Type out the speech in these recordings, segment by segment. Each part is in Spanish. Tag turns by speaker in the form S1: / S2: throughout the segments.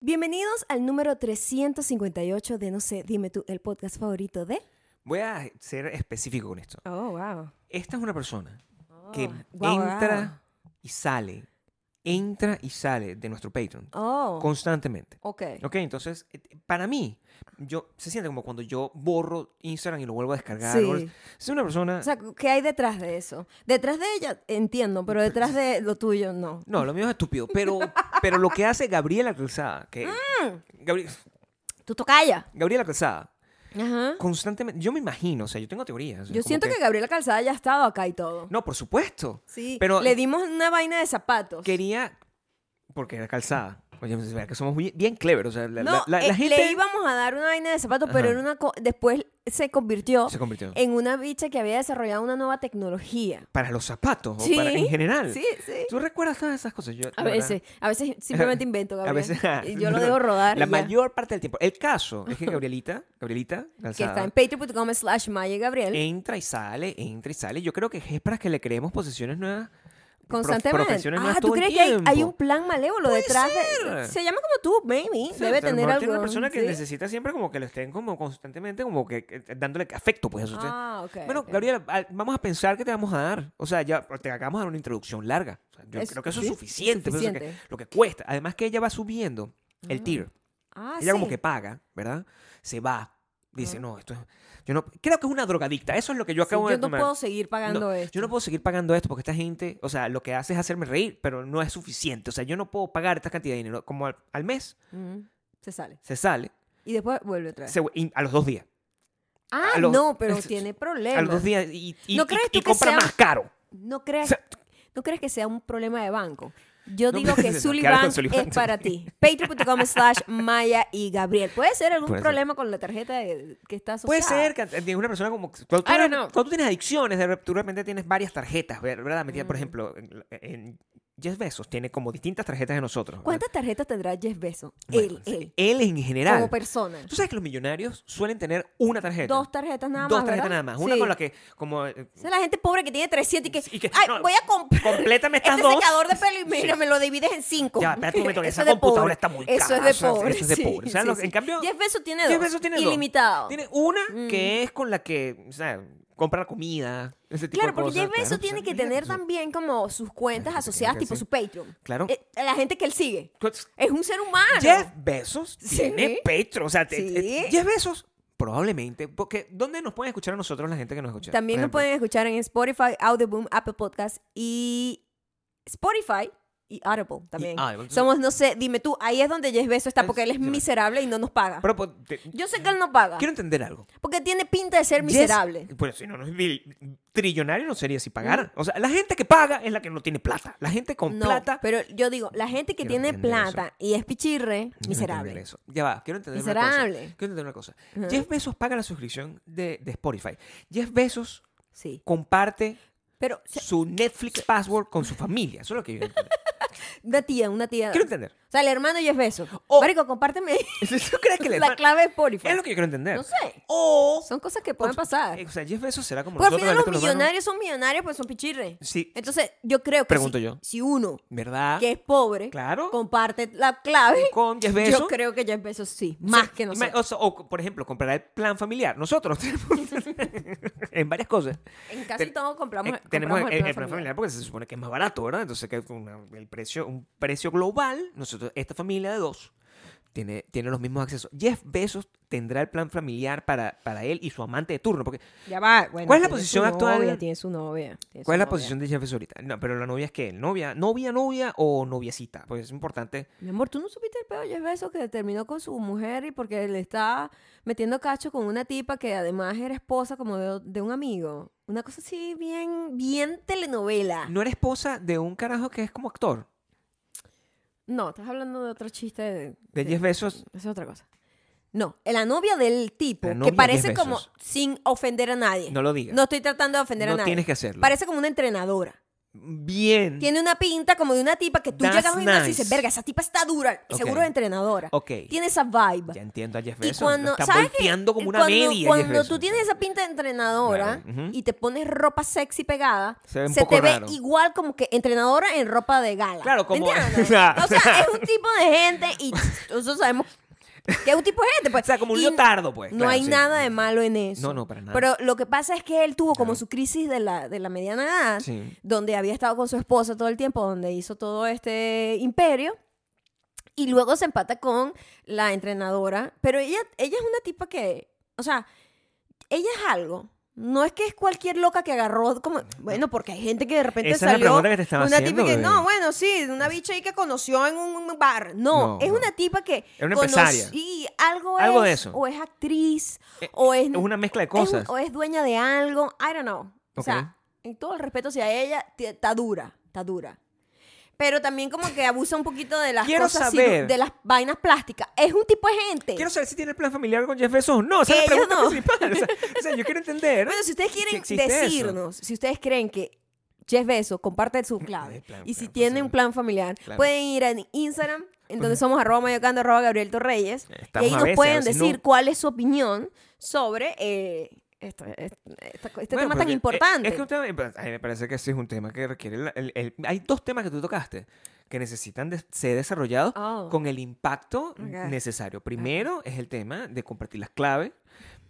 S1: Bienvenidos al número 358 de No sé, dime tú, el podcast favorito de.
S2: Voy a ser específico con esto.
S1: Oh, wow. Oh,
S2: Esta es una persona que
S1: Guau,
S2: entra y sale, entra y sale de nuestro Patreon
S1: Oh.
S2: constantemente.
S1: Ok.
S2: Ok, entonces, eh, para mí, yo se siente como cuando yo borro Instagram y lo vuelvo a descargar.
S1: Sí.
S2: o- Es una persona...
S1: O sea, ¿qué hay detrás de eso? Detrás de ella entiendo, pero detrás de lo tuyo no.
S2: no, lo mío es estúpido, pero, pero lo que hace Gabriela Calzada, que...
S1: Mm.
S2: Gabri-
S1: Tú tocaya.
S2: Gabriela Calzada,
S1: Ajá.
S2: constantemente... Yo me imagino, o sea, yo tengo teorías.
S1: Yo
S2: como
S1: siento que... Gabriela Calzada ya ha estado acá y todo.
S2: No, por supuesto.
S1: Sí.
S2: pero-
S1: Le dimos una vaina de zapatos.
S2: Quería... Porque era calzada. Oye, pues, vea que somos muy- bien clever. O sea, la,
S1: no,
S2: la- la- la
S1: eh,
S2: gente...
S1: le íbamos a dar una vaina de zapatos, pero
S2: Ajá.
S1: era una co- después se convirtió
S2: Se convirtió.
S1: en una bicha que había desarrollado una nueva tecnología.
S2: Para los zapatos
S1: Sí,
S2: o para, en general.
S1: Sí, sí.
S2: ¿Tú recuerdas todas esas cosas? Yo,
S1: A
S2: la verdad,
S1: veces, a veces simplemente invento,
S2: a
S1: Gabriel.
S2: veces- ah,
S1: y yo lo
S2: no,
S1: dejo rodar.
S2: La
S1: y ya.
S2: mayor parte del tiempo. El caso es que Gabrielita, Gabrielita,
S1: Que
S2: Calzada,
S1: está en patreon.com slash Maya y Gabriel.
S2: entra y sale, entra y sale. Yo creo que es para que le creemos posiciones nuevas. prof-
S1: Constantemente.
S2: profesiones
S1: ah,
S2: nuevas
S1: ¿tú
S2: todo el
S1: crees que hay, hay
S2: tiempo.
S1: un plan malévolo detrás? De,
S2: ser.
S1: se llama como tú, maybe.
S2: Sí,
S1: Debe
S2: a lo
S1: tener
S2: mejor
S1: algo.
S2: tiene una persona que
S1: ¿sí?
S2: necesita siempre como que lo estén como constantemente como que eh, dándole afecto pues a eso. ¿sí?
S1: Ah, ok.
S2: bueno,
S1: ok.
S2: Gabriela, al- vamos a pensar que te vamos a dar. O sea, ya te acabamos de dar una introducción larga. O sea, yo
S1: Es-
S2: creo que eso
S1: sí,
S2: es
S1: es
S2: suficiente. pues, o sea, que-
S1: suficiente.
S2: lo que cuesta. Además que ella va subiendo el tier.
S1: Ah,
S2: Ella como
S1: sí. Ah.
S2: que paga, ¿verdad? Se va. Dice, no, esto es... Yo no... Creo que es una drogadicta. Eso es lo que yo
S1: Sí,
S2: acabo
S1: yo
S2: de
S1: no
S2: tomar.
S1: puedo seguir pagando
S2: No,
S1: esto.
S2: Yo no puedo seguir pagando esto porque esta gente, o sea, lo que hace es hacerme reír, pero no es suficiente. O sea, yo no puedo pagar esta cantidad de dinero. Como al, al mes
S1: Mm, se sale.
S2: se sale,
S1: Y después vuelve otra vez.
S2: se- y a los dos días.
S1: Ah,
S2: a los-
S1: no, pero
S2: es-
S1: tiene
S2: A los
S1: problemas.
S2: dos días y, y-
S1: ¿No
S2: y-
S1: crees
S2: y
S1: tú que
S2: compra
S1: sea-
S2: más caro.
S1: ¿No crees,
S2: O sea,
S1: ¿No crees que sea un problema de banco? Yo
S2: No,
S1: digo
S2: pero
S1: que
S2: se- claro,
S1: Sullivan
S2: con Sullivan,
S1: es para ti. Patreon.com slash Maya y Gabriel. ¿Puede ser algún
S2: Puede ser.
S1: problema con la tarjeta de- que está asociada?
S2: Puede ser que de una persona como... Cuando tú,
S1: I don't
S2: eres-
S1: know.
S2: cuando tú tienes adicciones, de rep- tú de repente tienes varias tarjetas, ver- ¿verdad? Metida,
S1: Mm.
S2: Por ejemplo, en, en Jeff Bezos tiene como distintas tarjetas de nosotros. ¿verdad?
S1: ¿Cuántas tarjetas tendrá Jeff Bezos?
S2: Bueno,
S1: él, él.
S2: él en general.
S1: Como persona.
S2: Tú sabes que los millonarios suelen tener una tarjeta.
S1: Dos tarjetas nada más.
S2: Dos tarjetas
S1: ¿verdad?
S2: nada más. Una
S1: Sí.
S2: con la que, como... eh,
S1: Esa es la gente pobre que tiene 300 y que,
S2: Y que,
S1: ay,
S2: no,
S1: voy a comprar
S2: complétame estas
S1: este
S2: dos.
S1: secador de pelo y mira,
S2: Sí.
S1: me lo divides en cinco.
S2: Ya, espérate un momento, que
S1: Eso
S2: esa
S1: es de
S2: computadora
S1: pobre.
S2: está muy
S1: Eso es
S2: cara,
S1: de
S2: eso es-
S1: pobre.
S2: eso es de
S1: sí,
S2: pobre. O sea,
S1: sí,
S2: lo-
S1: sí.
S2: en cambio,
S1: Jeff Bezos tiene dos.
S2: Jeff Bezos tiene dos.
S1: Ilimitado.
S2: Tiene una
S1: Mm.
S2: que es con la que, o sea, compra la comida, ese tipo
S1: Claro,
S2: de
S1: porque
S2: cosas.
S1: Jeff Bezos
S2: Claro,
S1: tiene
S2: pues,
S1: que
S2: mira,
S1: tener
S2: pues,
S1: también como sus cuentas
S2: Claro,
S1: asociadas,
S2: tiene que
S1: tipo
S2: ser.
S1: su Patreon.
S2: Claro.
S1: Eh, la gente que él sigue.
S2: pues,
S1: Es un ser humano.
S2: Jeff Bezos
S1: Sí.
S2: tiene Patreon. O sea, te-
S1: Sí.
S2: te- Jeff Bezos probablemente, porque ¿dónde nos pueden escuchar a nosotros la gente que nos escucha?
S1: También
S2: Por
S1: nos
S2: ejemplo,
S1: pueden escuchar en Spotify, Audioboom, Apple Podcast y Spotify y Audible también.
S2: Ah, Audible, entonces-
S1: Somos, no sé, dime tú, ahí es donde Jeff Bezos está
S2: Es-
S1: porque él es
S2: sí, me-
S1: miserable y no nos paga.
S2: Pero, pues, te-
S1: Yo sé que él no paga
S2: quiero entender algo.
S1: porque tiene pinta de ser
S2: Yes.
S1: miserable. Mm.
S2: Pues si no, no es mil- trillonario no sería si pagara. O sea, la gente que paga es la que no tiene plata. La gente con
S1: No,
S2: plata.
S1: pero yo digo, la gente que
S2: Quiero
S1: tiene
S2: entender eso.
S1: plata y es pichirre,
S2: Quiero entender
S1: miserable.
S2: eso. Ya va, quiero entender una
S1: Miserable.
S2: cosa. Quiero entender una cosa. Jeff Bezos paga la suscripción de, de Spotify. Jeff Bezos
S1: Sí.
S2: comparte
S1: Pero o sea,
S2: su Netflix password con su familia. Eso es lo que yo quiero entender.
S1: una tía, una tía.
S2: Quiero entender.
S1: O sea, el hermano Jeff Bezos.
S2: O-
S1: Marico, compárteme
S2: ¿Tú crees que le
S1: la clave de Spotify.
S2: Es lo que yo quiero entender.
S1: No sé.
S2: O.
S1: Son cosas que pueden pasar.
S2: Eh, O sea, Jeff Bezos será como
S1: Porque al
S2: nosotros.
S1: final los
S2: Alberto Lozano.
S1: millonarios son millonarios pues son pichirres.
S2: Sí.
S1: Entonces, yo creo que
S2: Pregunto
S1: si,
S2: yo.
S1: si uno
S2: ¿Verdad?
S1: que es pobre
S2: Claro.
S1: comparte la clave,
S2: Con Jeff Bezos.
S1: yo creo que Jeff Bezos sí, más
S2: Sí,
S1: que
S2: ima-
S1: nosotros.
S2: O, sea, o, por ejemplo, comprará el plan familiar. Nosotros tenemos. en varias cosas.
S1: En casi
S2: Ten-
S1: todos compramos,
S2: Eh, tenemos el,
S1: compramos
S2: el plan familiar. porque se supone que es más barato, ¿verdad? Entonces, que es una- el precio, un precio global, nosotros, esta familia de dos, tiene, tiene los mismos accesos. Jeff Bezos tendrá el plan familiar para, para él y su amante de turno. Porque,
S1: Ya va, bueno,
S2: ¿Cuál es
S1: tiene
S2: la posición
S1: su
S2: actual?
S1: novia, tiene su novia. tiene su
S2: ¿Cuál es la
S1: novia.
S2: posición de Jeff Bezos ahorita? No, pero la novia es que, novia, novia, novia o noviecita, porque es importante.
S1: Mi amor, ¿tú no supiste el pedo de Jeff Bezos que terminó con su mujer y porque le está metiendo cacho con una tipa que además era esposa como de, de un amigo? Una cosa así bien, bien telenovela.
S2: No era esposa de un carajo que es como actor.
S1: No, estás hablando de otro chiste. De,
S2: De Jeff Bezos.
S1: Esa es otra cosa. No, eh, la novia del tipo,
S2: La novia
S1: que
S2: de
S1: parece
S2: Jeff
S1: como
S2: Bezos.
S1: sin ofender a nadie.
S2: No lo digas.
S1: No estoy tratando de ofender a
S2: No
S1: nadie.
S2: tienes que hacerlo.
S1: Parece como una entrenadora.
S2: bien.
S1: Tiene una pinta como de una tipa que tú
S2: That's
S1: llegas a un gimnasio y dices,
S2: nice.
S1: verga, esa tipa está dura. y
S2: Ok.
S1: Seguro es entrenadora.
S2: Ok.
S1: Tiene esa vibe.
S2: Ya entiendo a Jeff
S1: Y
S2: Bezos.
S1: cuando,
S2: lo está
S1: ¿sabes qué?
S2: volteando como una
S1: cuando,
S2: media. Jeff
S1: Cuando
S2: Bezos.
S1: tú tienes esa pinta de entrenadora
S2: Claro, ujú.
S1: y te pones ropa sexy pegada,
S2: Se ve un
S1: se
S2: poco
S1: te ve
S2: raro.
S1: igual como que entrenadora en ropa de gala.
S2: Claro,
S1: ¿Me
S2: como-
S1: entiendes?
S2: Claro.
S1: o sea, es un tipo de gente y nosotros sabemos que es un tipo de gente. Pues.
S2: O sea, como un
S1: Y
S2: leotardo, pues.
S1: No
S2: Claro,
S1: hay
S2: sí.
S1: nada de malo en eso.
S2: No, no, para nada.
S1: Pero lo que pasa es que él tuvo como
S2: Claro.
S1: su crisis de la, de la mediana edad,
S2: Sí.
S1: donde había estado con su esposa todo el tiempo, donde hizo todo este imperio. Y luego se empata con la entrenadora. Pero ella, ella es una tipa que, o sea, ella es algo. No es que es cualquier loca que agarró, como, bueno, porque hay gente que de repente
S2: Esa es la
S1: salió
S2: pregunta que te estaba
S1: una
S2: haciendo,
S1: tipa que,
S2: bebé.
S1: no, bueno, sí, una bicha ahí que conoció en un bar. No,
S2: No,
S1: es
S2: no.
S1: una tipa que
S2: Era una
S1: conocí-
S2: empresaria.
S1: algo, es,
S2: Algo de eso.
S1: o es actriz,
S2: Eh,
S1: o es,
S2: Es una mezcla de
S1: es un-
S2: cosas.
S1: o es dueña de algo, I don't know. O
S2: Ok.
S1: sea, en todo el respeto hacia ella, t- está dura, está dura. Pero también como que abusa un poquito de las
S2: Quiero
S1: cosas, ciru-
S2: saber.
S1: de las vainas plásticas. Es un tipo de gente.
S2: Quiero saber si tiene plan familiar con Jeff Bezos o no. Esa es la
S1: Ellos
S2: pregunta
S1: Eh, no.
S2: principal. O sea, o sea, yo quiero entender.
S1: Bueno, si ustedes quieren
S2: existe eso.
S1: decirnos, si ustedes creen que Jeff Bezos comparte su clave
S2: Eh, plan-
S1: y si
S2: plan
S1: tienen un
S2: familiar.
S1: plan familiar,
S2: Claro.
S1: pueden ir a Instagram, entonces somos arroba mayocando, arroba Gabriel Torreyes, y
S2: Eh, Estamos
S1: ahí
S2: a
S1: nos
S2: veces, a
S1: pueden
S2: veces
S1: decir
S2: no.
S1: cuál es su opinión sobre eh, esto- este, esta- este
S2: Bueno,
S1: tema tan
S2: porque, eh,
S1: importante.
S2: Es que un tema, pues, a mí me parece que ese es un tema que requiere... la- el- el- hay dos temas que tú tocaste que necesitan de- ser desarrollados
S1: Oh.
S2: con el impacto
S1: Ok.
S2: necesario. Primero es el tema de compartir las claves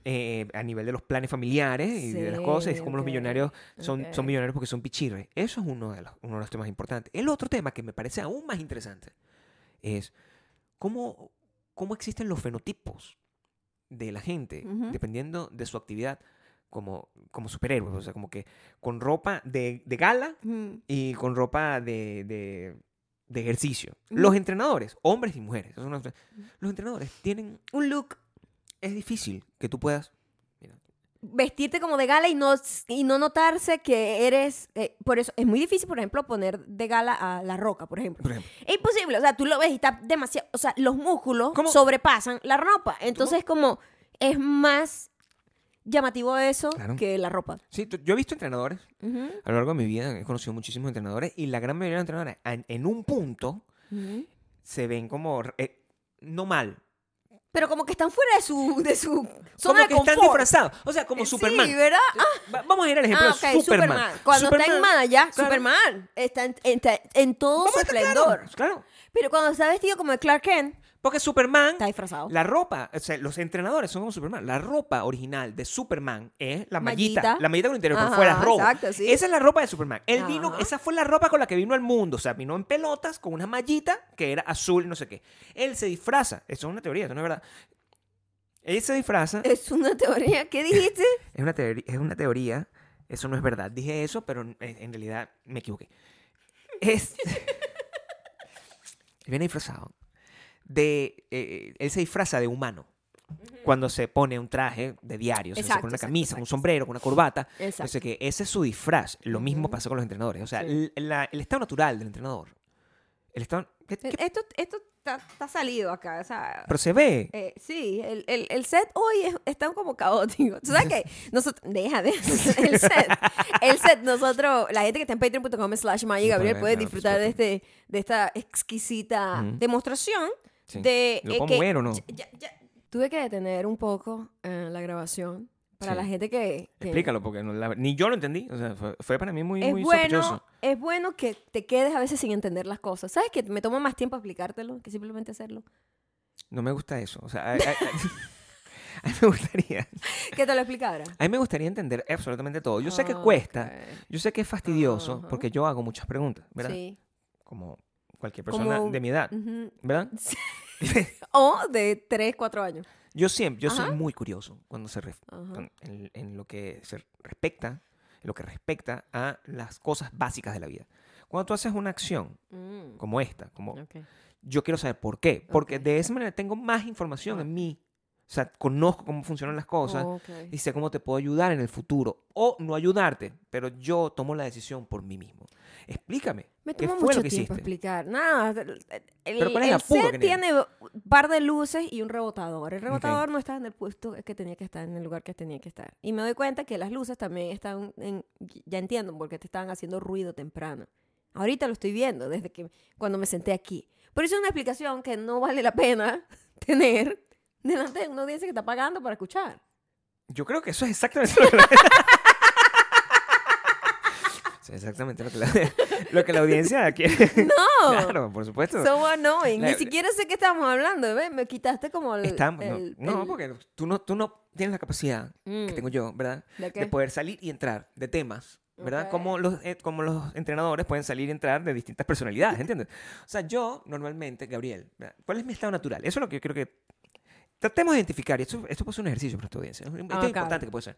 S2: eh, a nivel de los planes familiares y de las
S1: Sí,
S2: cosas, y cómo los
S1: ok,
S2: millonarios son,
S1: ok.
S2: son millonarios porque son pichirres. Eso es uno de, los, uno de los temas importantes. El otro tema que me parece aún más interesante es cómo, cómo existen los fenotipos de la gente
S1: Ujú.
S2: dependiendo de su actividad como, como superhéroes. O sea, como que con ropa de, de gala
S1: Mm,
S2: y con ropa de, de- de ejercicio.
S1: Ujú.
S2: Los entrenadores, hombres y mujeres, esos son los, los entrenadores tienen...
S1: Un look,
S2: Es difícil que tú puedas...
S1: vestirte como de gala y no, y no notarse que eres... eh, por eso es muy difícil, por ejemplo, poner de gala a La Roca, por ejemplo.
S2: Por ejemplo,
S1: Es imposible, o sea, tú lo ves y está demasiado, o sea, los músculos
S2: ¿Cómo?
S1: sobrepasan la ropa, entonces como es más llamativo eso
S2: Claro.
S1: que la ropa.
S2: sí, tú- yo he visto entrenadores
S1: Ujú,
S2: a lo largo de mi vida, he conocido muchísimos entrenadores y la gran mayoría de entrenadores en, en un punto
S1: ujú.
S2: se ven como... eh, no mal.
S1: Pero como que están fuera de su de su
S2: Como
S1: zona
S2: que
S1: de confort. Eh,
S2: están disfrazados. O sea, como
S1: Sí,
S2: Superman.
S1: ¿verdad?
S2: Va- Vamos a ir al ejemplo
S1: Ah,
S2: de
S1: ok,
S2: Superman.
S1: Superman. Cuando está en
S2: Superman-
S1: malla,
S2: claro.
S1: Superman está en, está en todo su esplendor.
S2: Claro.
S1: Pero cuando está vestido como de Clark Kent,
S2: Porque Superman,
S1: está disfrazado.
S2: la ropa, o sea, los entrenadores son como Superman. La ropa original de Superman es la mallita,
S1: Mallita.
S2: la mallita con interior por
S1: Ajá,
S2: fuera ropa.
S1: exacto, sí.
S2: Esa es la ropa de Superman. Él vino,
S1: Ajá.
S2: esa fue la ropa con la que vino al mundo, o sea, vino en pelotas con una mallita que era azul, no sé qué. Él se disfraza, eso es una teoría, eso no es verdad. Él se disfraza,
S1: Es una teoría. ¿Qué dijiste?
S2: es una teoría, es una teoría, eso no es verdad. Dije eso, pero en, en realidad me equivoqué. Es viene disfrazado de eh, él se disfraza de humano cuando se pone un traje de diario, o sea, se
S1: Exacto,
S2: pone una
S1: exacto,
S2: camisa,
S1: exacto,
S2: un sombrero, una corbata,
S1: Exacto.
S2: o sea que ese es su disfraz. Lo mismo
S1: Ujú.
S2: pasa con los entrenadores, o sea,
S1: Sí.
S2: l- la- el, estado natural del entrenador, el estado, ¿qué- qué-
S1: Esto, esto está, está salido acá. O sea,
S2: pero se ve.
S1: eh, sí, el, el- el set hoy es- está como caótico. ¿Tú sabes qué? Nosotros, deja, deja. El set. El set, nosotros, la gente que está en patreon.com slash Maya y
S2: Sí,
S1: Gabriel
S2: puede
S1: puede
S2: ver, por
S1: disfrutar de, este, de esta exquisita
S2: Ujú.
S1: demostración
S2: Sí.
S1: de...
S2: ¿Lo
S1: eh,
S2: puedo
S1: que-
S2: mover o no?
S1: ya- ya- Tuve que detener un poco eh, la grabación para
S2: Sí.
S1: la gente que... que-
S2: Explícalo porque no la- ni yo lo entendí, o sea, fue, fue para mí muy,
S1: es
S2: muy
S1: bueno,
S2: sospechoso.
S1: es bueno que te quedes a veces sin entender las cosas. ¿Sabes que me toma más tiempo explicártelo que simplemente hacerlo?
S2: No me gusta eso, o sea, a- a- a- a mí me gustaría,
S1: Que te lo explicara.
S2: a mí me gustaría entender absolutamente todo. Yo sé que cuesta,
S1: Ok.
S2: yo sé que es fastidioso
S1: Ajá.
S2: porque yo hago muchas preguntas, ¿verdad? Ah.
S1: Sí.
S2: Como cualquier persona
S1: Como-
S2: de mi edad,
S1: Ujú.
S2: ¿verdad?
S1: O de 3, 4 años.
S2: Yo siempre, yo
S1: Ajá.
S2: soy muy curioso cuando se ref-
S1: Ajá.
S2: con- en, en lo que se respecta, en lo que respecta a las cosas básicas de la vida. Cuando tú haces una acción
S1: Mm.
S2: como esta, como
S1: Ok.
S2: yo quiero saber por qué, porque
S1: Ok. Ah.
S2: de esa manera tengo más información en mí O sea, conozco cómo funcionan las cosas
S1: Ok.
S2: y sé cómo te puedo ayudar en el futuro o no ayudarte, pero yo tomo la decisión por mí mismo. Explícame.
S1: Me
S2: ¿Qué
S1: tomó
S2: fue
S1: mucho
S2: lo que
S1: tiempo
S2: hiciste?
S1: explicar. Nada, el, el,
S2: Pero ¿cuál es
S1: el
S2: el apuro
S1: set
S2: que tiene?
S1: tiene un par de luces y un rebotador. El rebotador no está en el puesto que tenía que estar, en el lugar que tenía que estar. Y me doy cuenta que las luces también están, en- ya entiendo por qué te estaban haciendo ruido temprano. Ahorita lo estoy viendo desde que cuando me senté aquí. Pero eso es una explicación que no vale la pena tener delante de una audiencia que está pagando para escuchar.
S2: Yo creo que eso es exactamente lo que la... Eso es exactamente lo que la, lo que la audiencia quiere.
S1: No.
S2: Claro, por supuesto.
S1: Oh, So annoying. Ni
S2: La-
S1: siquiera sé qué estábamos hablando. ¿ves? Me quitaste como el.
S2: Estamos, no,
S1: el-
S2: no,
S1: el-
S2: porque tú no, tú no tienes la capacidad que
S1: Mm.
S2: tengo yo, ¿verdad?
S1: ¿De qué?
S2: De poder salir y entrar de temas, ¿verdad?
S1: Ok.
S2: Como, los, eh, como los entrenadores pueden salir y entrar de distintas personalidades, ¿entiendes? O sea, yo normalmente, Gabriel, ¿verdad? ¿cuál es mi estado natural? Eso es lo que yo creo que... Tratemos de identificar, y esto, esto puede ser un ejercicio para tu audiencia, esto
S1: Ah,
S2: es
S1: claro.
S2: importante que puede ser.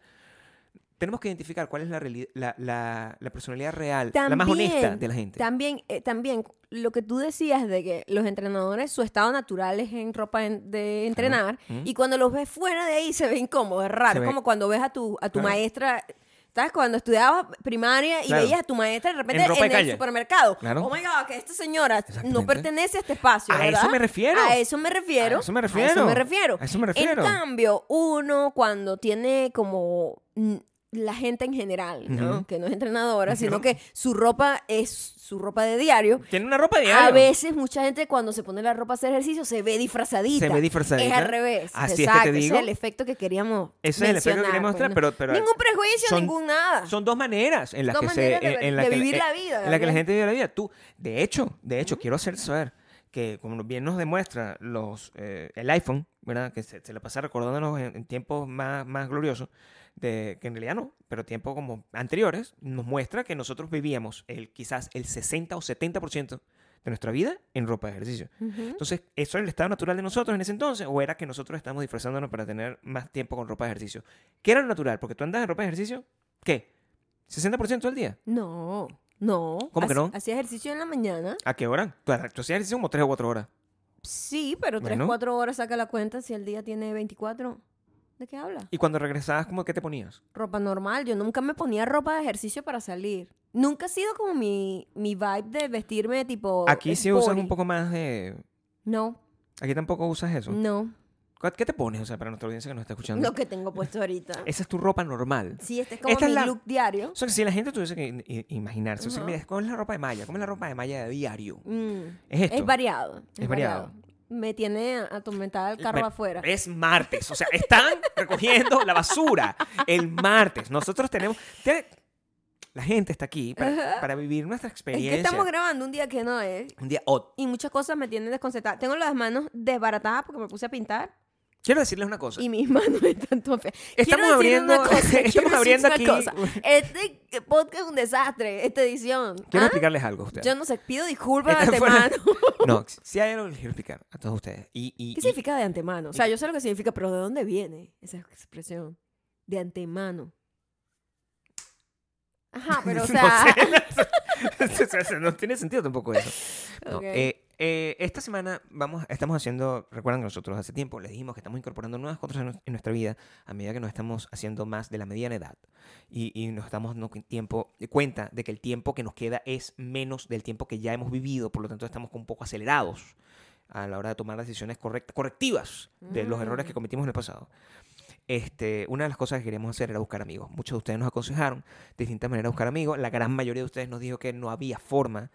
S2: Tenemos que identificar cuál es la, reali- la, la- la personalidad real, la más
S1: También,
S2: honesta de la gente.
S1: También, eh, también lo que tú decías de que los entrenadores, su estado natural es en ropa en- de entrenar,
S2: Ujú.
S1: y cuando los ves fuera de ahí se ve incómodo, es raro.
S2: Se
S1: Es
S2: ve-
S1: como cuando ves a tu, a tu
S2: Claro.
S1: maestra. ¿Sabes? Cuando estudiabas primaria y
S2: Claro.
S1: veías a tu maestra de repente
S2: En
S1: en,
S2: ropa de
S1: el
S2: calle.
S1: supermercado.
S2: Claro.
S1: Oh my God, que esta señora no
S2: Exactamente.
S1: pertenece a este espacio.
S2: A eso
S1: ¿verdad?
S2: me refiero.
S1: A eso me refiero.
S2: A eso me
S1: A eso
S2: refiero.
S1: me refiero.
S2: A eso me refiero.
S1: En cambio, uno cuando tiene como mm, la gente en general, ¿no?
S2: Ujú.
S1: Que no es entrenadora, sino
S2: Ujú.
S1: que su ropa es su ropa de diario.
S2: Tiene una ropa de
S1: A veces mucha gente cuando se pone la ropa a hacer ejercicio se ve disfrazadita.
S2: Se ve disfrazadita.
S1: Es al revés.
S2: Así es que
S1: Exacto.
S2: te
S1: Ese
S2: digo.
S1: es el efecto que queríamos
S2: Ese es el efecto que
S1: mencionar,
S2: quería
S1: pues,
S2: mostrar,
S1: ¿no?
S2: pero, pero
S1: ningún prejuicio,
S2: son-
S1: ningún nada.
S2: Son dos maneras en las
S1: Ah. Dos
S2: que se
S1: maneras de
S2: en-
S1: ver-
S2: en las
S1: de
S2: que la-
S1: vivir
S2: en-
S1: la vida,
S2: en la que la
S1: Gabriel.
S2: gente vive la vida. Tú, de hecho, de hecho, quiero hacer saber que como bien nos demuestra los eh, el iPhone, ¿verdad? Que se, se la pasa recordándonos en, en tiempos más, más gloriosos, de, que en realidad no, pero tiempos como anteriores, nos muestra que nosotros vivíamos el, quizás el 60 o 70% de nuestra vida en ropa de ejercicio.
S1: Ujú.
S2: Entonces, ¿eso era el estado natural de nosotros en ese entonces? ¿O era que nosotros estamos disfrazándonos para tener más tiempo con ropa de ejercicio? ¿Qué era lo natural? Porque tú andas en ropa de ejercicio, ¿qué? ¿60% del día?
S1: No, no.
S2: ¿Cómo que
S1: Hac-
S2: no?
S1: Hacía ejercicio en la mañana.
S2: ¿A qué hora? Tú, tú hacías ejercicio como 3 o 4 horas.
S1: Sí, pero 3,
S2: Bueno.
S1: 4 horas saca la cuenta si el día tiene 24. ¿De qué habla?
S2: Y cuando regresabas, ¿cómo que te ponías?
S1: Ropa normal. Yo nunca me ponía ropa de ejercicio para salir. Nunca ha sido como mi, mi vibe de vestirme tipo.
S2: Aquí sí usas
S1: sporty.
S2: un poco más de...
S1: No,
S2: Aquí tampoco usas eso.
S1: no.
S2: ¿Cu- ¿Qué te pones? O sea, para nuestra audiencia que nos está escuchando.
S1: Lo que tengo puesto ahorita.
S2: Esa es tu ropa normal.
S1: Sí, este es como
S2: Esta es
S1: mi
S2: la-
S1: look diario.
S2: O sea, que si la gente tuviese que i- i- imaginarse, o sea,
S1: Ajá.
S2: mira, ¿cómo es la ropa de malla? ¿Cómo es la ropa de malla de diario?
S1: Mm.
S2: Es esto.
S1: Es variado.
S2: Es variado.
S1: Me tiene atormentada el carro
S2: Bueno,
S1: afuera.
S2: Es martes, o sea, están recogiendo la basura el martes. Nosotros tenemos... te- la gente está aquí para, para vivir nuestra
S1: Es
S2: experiencia.
S1: que estamos grabando un día que no es.
S2: Un día hot.
S1: Y muchas cosas me tienen desconcertada. Tengo las manos desbaratadas porque me puse a pintar.
S2: Quiero decirles una cosa.
S1: y mis manos están todas feas. Quiero
S2: Estamos
S1: decir
S2: abriendo-
S1: una cosa, quiero
S2: estamos
S1: decir
S2: abriendo
S1: una
S2: aquí-
S1: cosa. Este podcast es un desastre, esta edición.
S2: Quiero
S1: ¿Ah?
S2: explicarles algo a ustedes.
S1: Yo no sé, pido disculpas de
S2: Esta fue la-
S1: antemano.
S2: No, si hay algo que les quiero explicar a todos ustedes. Y, y-
S1: ¿Qué
S2: y-
S1: significa de antemano? O sea, yo sé lo que significa, pero ¿de dónde viene esa expresión? De antemano. Ajá, pero o sea.
S2: no, sé. O sea, no tiene sentido tampoco eso. No,
S1: Ok.
S2: eh, eh, esta semana vamos, estamos haciendo, recuerdan que nosotros hace tiempo les dijimos que estamos incorporando nuevas cosas en, nos- en nuestra vida a medida que nos estamos haciendo más de la mediana edad y, y nos estamos dando cu- tiempo, eh, cuenta de que el tiempo que nos queda es menos del tiempo que ya hemos vivido, por lo tanto estamos un poco acelerados a la hora de tomar las decisiones correct- correctivas de los errores que
S1: Mm.
S2: cometimos en el pasado. Este, una de las cosas que queríamos hacer era buscar amigos. Muchos de ustedes nos aconsejaron de distintas maneras de buscar amigos. La gran mayoría de ustedes nos dijo que no había forma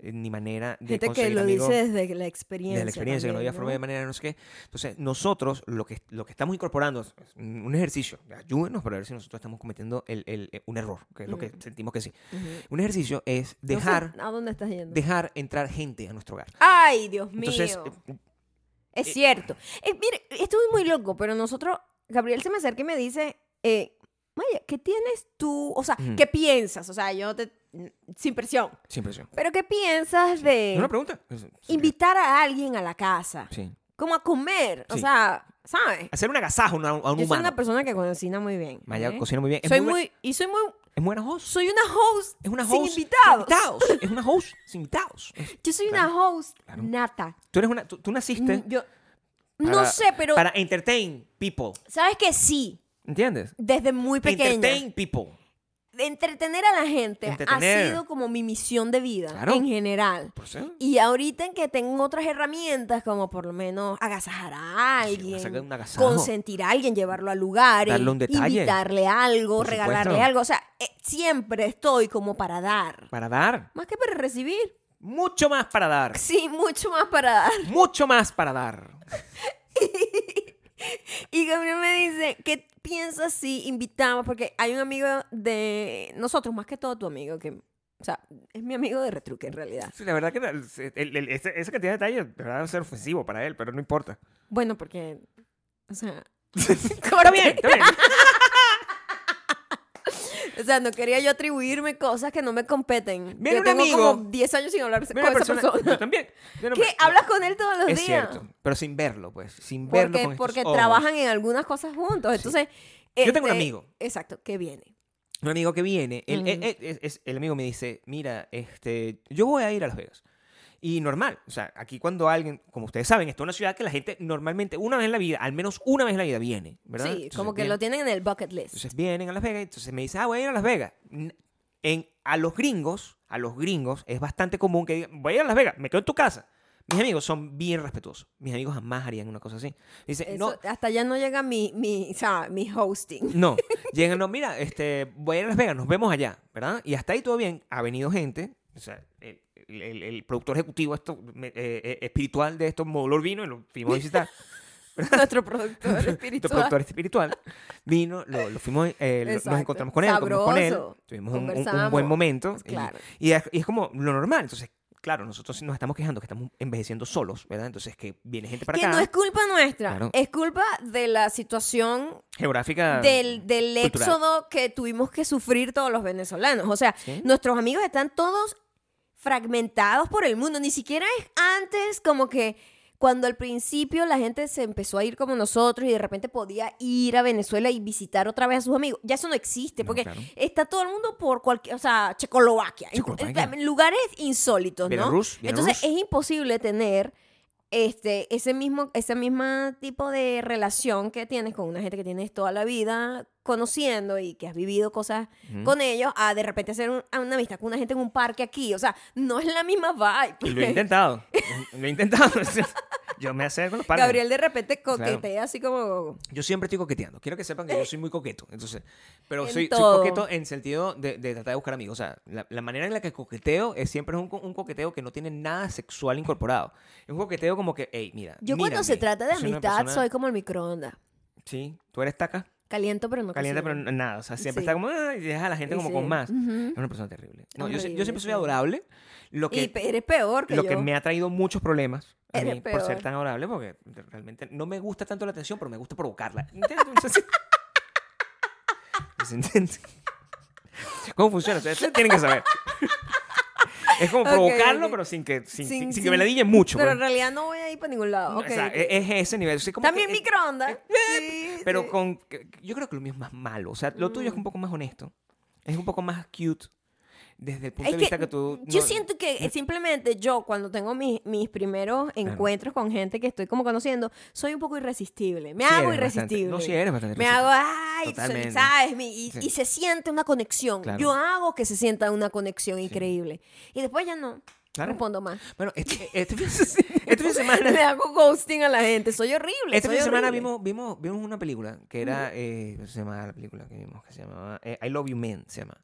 S2: eh, ni manera de
S1: Gente que
S2: conseguir
S1: lo
S2: amigos
S1: dice desde la experiencia.
S2: de la experiencia, que no había
S1: también,
S2: forma de manera, no sé qué. Entonces, nosotros lo que, lo que estamos incorporando es un un ejercicio. Ayúdenos para ver si nosotros estamos cometiendo el, el- eh, un error, que es lo que
S1: Mm.
S2: sentimos que sí.
S1: Ujú.
S2: Un ejercicio es
S1: No sé,
S2: dejar,
S1: ¿A dónde estás yendo?
S2: dejar entrar gente a nuestro hogar.
S1: Ay, Dios mío.
S2: Entonces, eh,
S1: Es
S2: Eh,
S1: cierto. Eh, mire, esto es muy loco, pero nosotros, Gabriel se me acerca y me dice, eh, Maya, ¿qué tienes tú? O sea,
S2: Ujú.
S1: ¿qué piensas? O sea, yo te... Sin presión.
S2: sin presión.
S1: Pero ¿qué piensas
S2: ¿No es
S1: de
S2: una pregunta?
S1: invitar a alguien a la casa?
S2: Sí.
S1: Como a comer. O
S2: Sí.
S1: sea, ¿sabes?
S2: Hacer un agasajo a un- a un
S1: Yo soy
S2: humano.
S1: una persona que cocina muy bien.
S2: Maya
S1: ¿ok?
S2: cocina muy bien. Es
S1: Soy
S2: muy,
S1: muy,
S2: buena-
S1: Y soy muy...
S2: es buena host.
S1: Soy una host.
S2: Es una host.
S1: Sin invitados.
S2: Es una host sin invitados. Es-
S1: Yo soy una
S2: Claro,
S1: host
S2: claro.
S1: nata.
S2: Mm, Tú eres una. Tú, tú naciste.
S1: Yo,
S2: para-
S1: no sé, pero
S2: Para entertain people.
S1: sabes que sí,
S2: ¿Entiendes?
S1: desde muy pequeña.
S2: Entertain people.
S1: Entretener a la gente ha
S2: Entretener.
S1: sido como mi misión de vida
S2: Claro.
S1: en general.
S2: Por eso.
S1: Y ahorita en que tengo otras herramientas, como por lo menos agasajar a
S2: Sí,
S1: alguien,
S2: sacar un agasajo.
S1: consentir a alguien, llevarlo a lugares,
S2: Darle un detalle.
S1: invitarle algo,
S2: Por
S1: regalarle
S2: supuesto.
S1: algo. O sea, eh, siempre estoy como para dar.
S2: Para dar.
S1: Más que para recibir.
S2: Mucho más para dar.
S1: Sí, mucho más para dar.
S2: Mucho más para dar.
S1: Y Gabriel me dice, ¿qué piensas si invitamos? Porque hay un amigo de nosotros, más que todo tu amigo, que, o sea, es mi amigo de retruque en realidad.
S2: Sí, la verdad que era- el- el- ese- esa cantidad de detalles de verdad va a ser ofensivo para él, pero no importa.
S1: Bueno, porque, o sea...
S2: Está bien, está bien.
S1: O sea, no quería yo atribuirme cosas que no me competen.
S2: Mira
S1: yo
S2: un
S1: tengo
S2: amigo.
S1: como 10 años sin hablar con
S2: Mira
S1: esa
S2: una persona-
S1: persona.
S2: Yo también. Yo no
S1: ¿Qué?
S2: me- no.
S1: Hablas con él todos los
S2: Es
S1: días.
S2: cierto, pero sin verlo, pues. Sin verlo
S1: Porque,
S2: con estos
S1: porque
S2: ojos.
S1: trabajan en algunas cosas juntos. Entonces, este,
S2: Yo tengo un amigo.
S1: Exacto, que viene.
S2: Un amigo que viene, el, el-
S1: Ujú.
S2: el- es- es- el amigo me dice, mira, este, yo voy a ir a Las Vegas. Y normal, o sea, aquí cuando alguien, como ustedes saben, esta es una ciudad que la gente normalmente una vez en la vida, al menos una vez en la vida viene, ¿verdad?
S1: Sí,
S2: Entonces
S1: como que
S2: viene-
S1: lo tienen en el bucket list.
S2: Entonces vienen a Las Vegas, entonces me dice, ah, voy a ir a Las Vegas. N- En, a los gringos, a los gringos, es bastante común que digan, voy a ir a Las Vegas, me quedo en tu casa. Mis amigos son bien respetuosos. Mis amigos jamás harían una cosa así. Dice,
S1: Eso-
S2: no,
S1: Hasta allá no llega mi, mi, o sea, mi hosting.
S2: no, llegan, no, mira, este, voy a ir a Las Vegas, nos vemos allá, ¿verdad? Y hasta ahí todo bien, ha venido gente, o sea, el, el- el- el productor ejecutivo esto, me- eh, eh, espiritual de esto, Molor vino y lo fuimos a visitar.
S1: Nuestro productor
S2: Nuestro
S1: espiritual.
S2: productor espiritual vino, lo, lo fuimos, eh, lo-
S1: Exacto.
S2: nos encontramos con él, comimos con él,
S1: Sabroso.
S2: tuvimos un- un- un,
S1: Conversamos.
S2: buen momento.
S1: Pues
S2: y-
S1: claro.
S2: Y, es, y es como lo normal, entonces, claro, nosotros nos estamos quejando que estamos envejeciendo solos, ¿verdad? Entonces, que viene gente para
S1: que
S2: acá,
S1: no es culpa nuestra.
S2: Claro.
S1: Es culpa de la situación
S2: geográfica.
S1: del, del
S2: cultural.
S1: éxodo que tuvimos que sufrir todos los venezolanos. O sea,
S2: Sí.
S1: nuestros amigos están todos fragmentados por el mundo. Ni siquiera es antes como que cuando al principio la gente se empezó a ir como nosotros y de repente podía ir a Venezuela y visitar otra vez a sus amigos. Ya eso no existe
S2: No,
S1: porque
S2: claro.
S1: está todo el mundo por cualquier, o sea, Checoslovaquia. En-
S2: Checoslovaquia.
S1: en lugares insólitos, ¿no?
S2: Belarus,
S1: Entonces es
S2: Belarus.
S1: imposible tener este, ese mismo, ese mismo tipo de relación que tienes con una gente que tienes toda la vida conociendo y que has vivido cosas
S2: Ujú.
S1: con ellos, a de repente hacer un- a una amistad con una gente en un parque aquí. O sea, no es la misma
S2: Y lo he
S1: vibe.
S2: intentado. lo he intentado. yo me acerco a los parques.
S1: Gabriel de repente
S2: Claro.
S1: coquetea así como...
S2: Yo siempre estoy coqueteando. Quiero que sepan que yo soy muy coqueto. Entonces, pero
S1: En
S2: soy, soy
S1: todo.
S2: coqueto en sentido de, de tratar de buscar amigos. O sea, la, la manera en la que coqueteo es siempre es un, co- un coqueteo que no tiene nada sexual incorporado. Es un coqueteo como que, hey, mira.
S1: Yo cuando
S2: mírame,
S1: se trata de
S2: soy una
S1: amistad
S2: persona-
S1: soy como el microondas.
S2: Sí, tú eres taca,
S1: Caliento pero no
S2: caliente, pero
S1: cocino.
S2: n- nada. O sea, siempre
S1: Sí.
S2: está como, ah, y deja a la gente
S1: Y
S2: como
S1: sí.
S2: con más.
S1: Ujú.
S2: Es una persona terrible. No, yo, soy-
S1: Horrible,
S2: yo siempre soy
S1: sí.
S2: adorable. Lo que,
S1: Y pe- eres peor que
S2: lo
S1: yo.
S2: que me ha traído muchos problemas a
S1: Eres
S2: mí por ser
S1: peor.
S2: tan adorable, porque realmente no me gusta tanto la atención, pero me gusta provocarla. Entonces, ¿se entiende? ¿Cómo funciona? Ustedes tienen que saber. Es como
S1: Ok,
S2: provocarlo,
S1: ok.
S2: pero sin que, sin,
S1: Sin-
S2: sin- sin
S1: sin-
S2: que me la digan mucho.
S1: Pero
S2: pues.
S1: en realidad no voy a ir para ningún lado.
S2: No,
S1: ok,
S2: o sea,
S1: ok.
S2: e- es ese nivel. O sea, como
S1: También
S2: que-
S1: microondas. Sí,
S2: Pero
S1: sí.
S2: con. que- Yo creo que lo mío es más malo. O sea, lo
S1: Mm.
S2: tuyo es un poco más honesto. Es un poco más cute. Desde el punto
S1: Es
S2: de
S1: que
S2: vista que tú.
S1: Yo
S2: no-
S1: siento que simplemente yo, cuando tengo mis, mis primeros encuentros con gente que estoy como conociendo, soy un poco irresistible. Me
S2: sí
S1: hago
S2: eres bastante-
S1: irresistible.
S2: no, sí eres bastante
S1: me
S2: irresistible.
S1: hago, ay, soy,
S2: Totalmente.
S1: ¿sabes? Mi- Y,
S2: Sí.
S1: y se siente una conexión.
S2: Claro.
S1: Yo hago que se sienta una conexión increíble. Y después ya no
S2: Claro.
S1: respondo más.
S2: Bueno, este, este fin de se- este fin de semana.
S1: Le hago ghosting a la gente. Soy horrible.
S2: Este
S1: soy
S2: fin de semana
S1: horrible.
S2: vimos, vimos, vimos una película que era. eh, ¿Cómo se llamaba la película que vimos? Que se llamaba eh, I Love You Man. Se llama.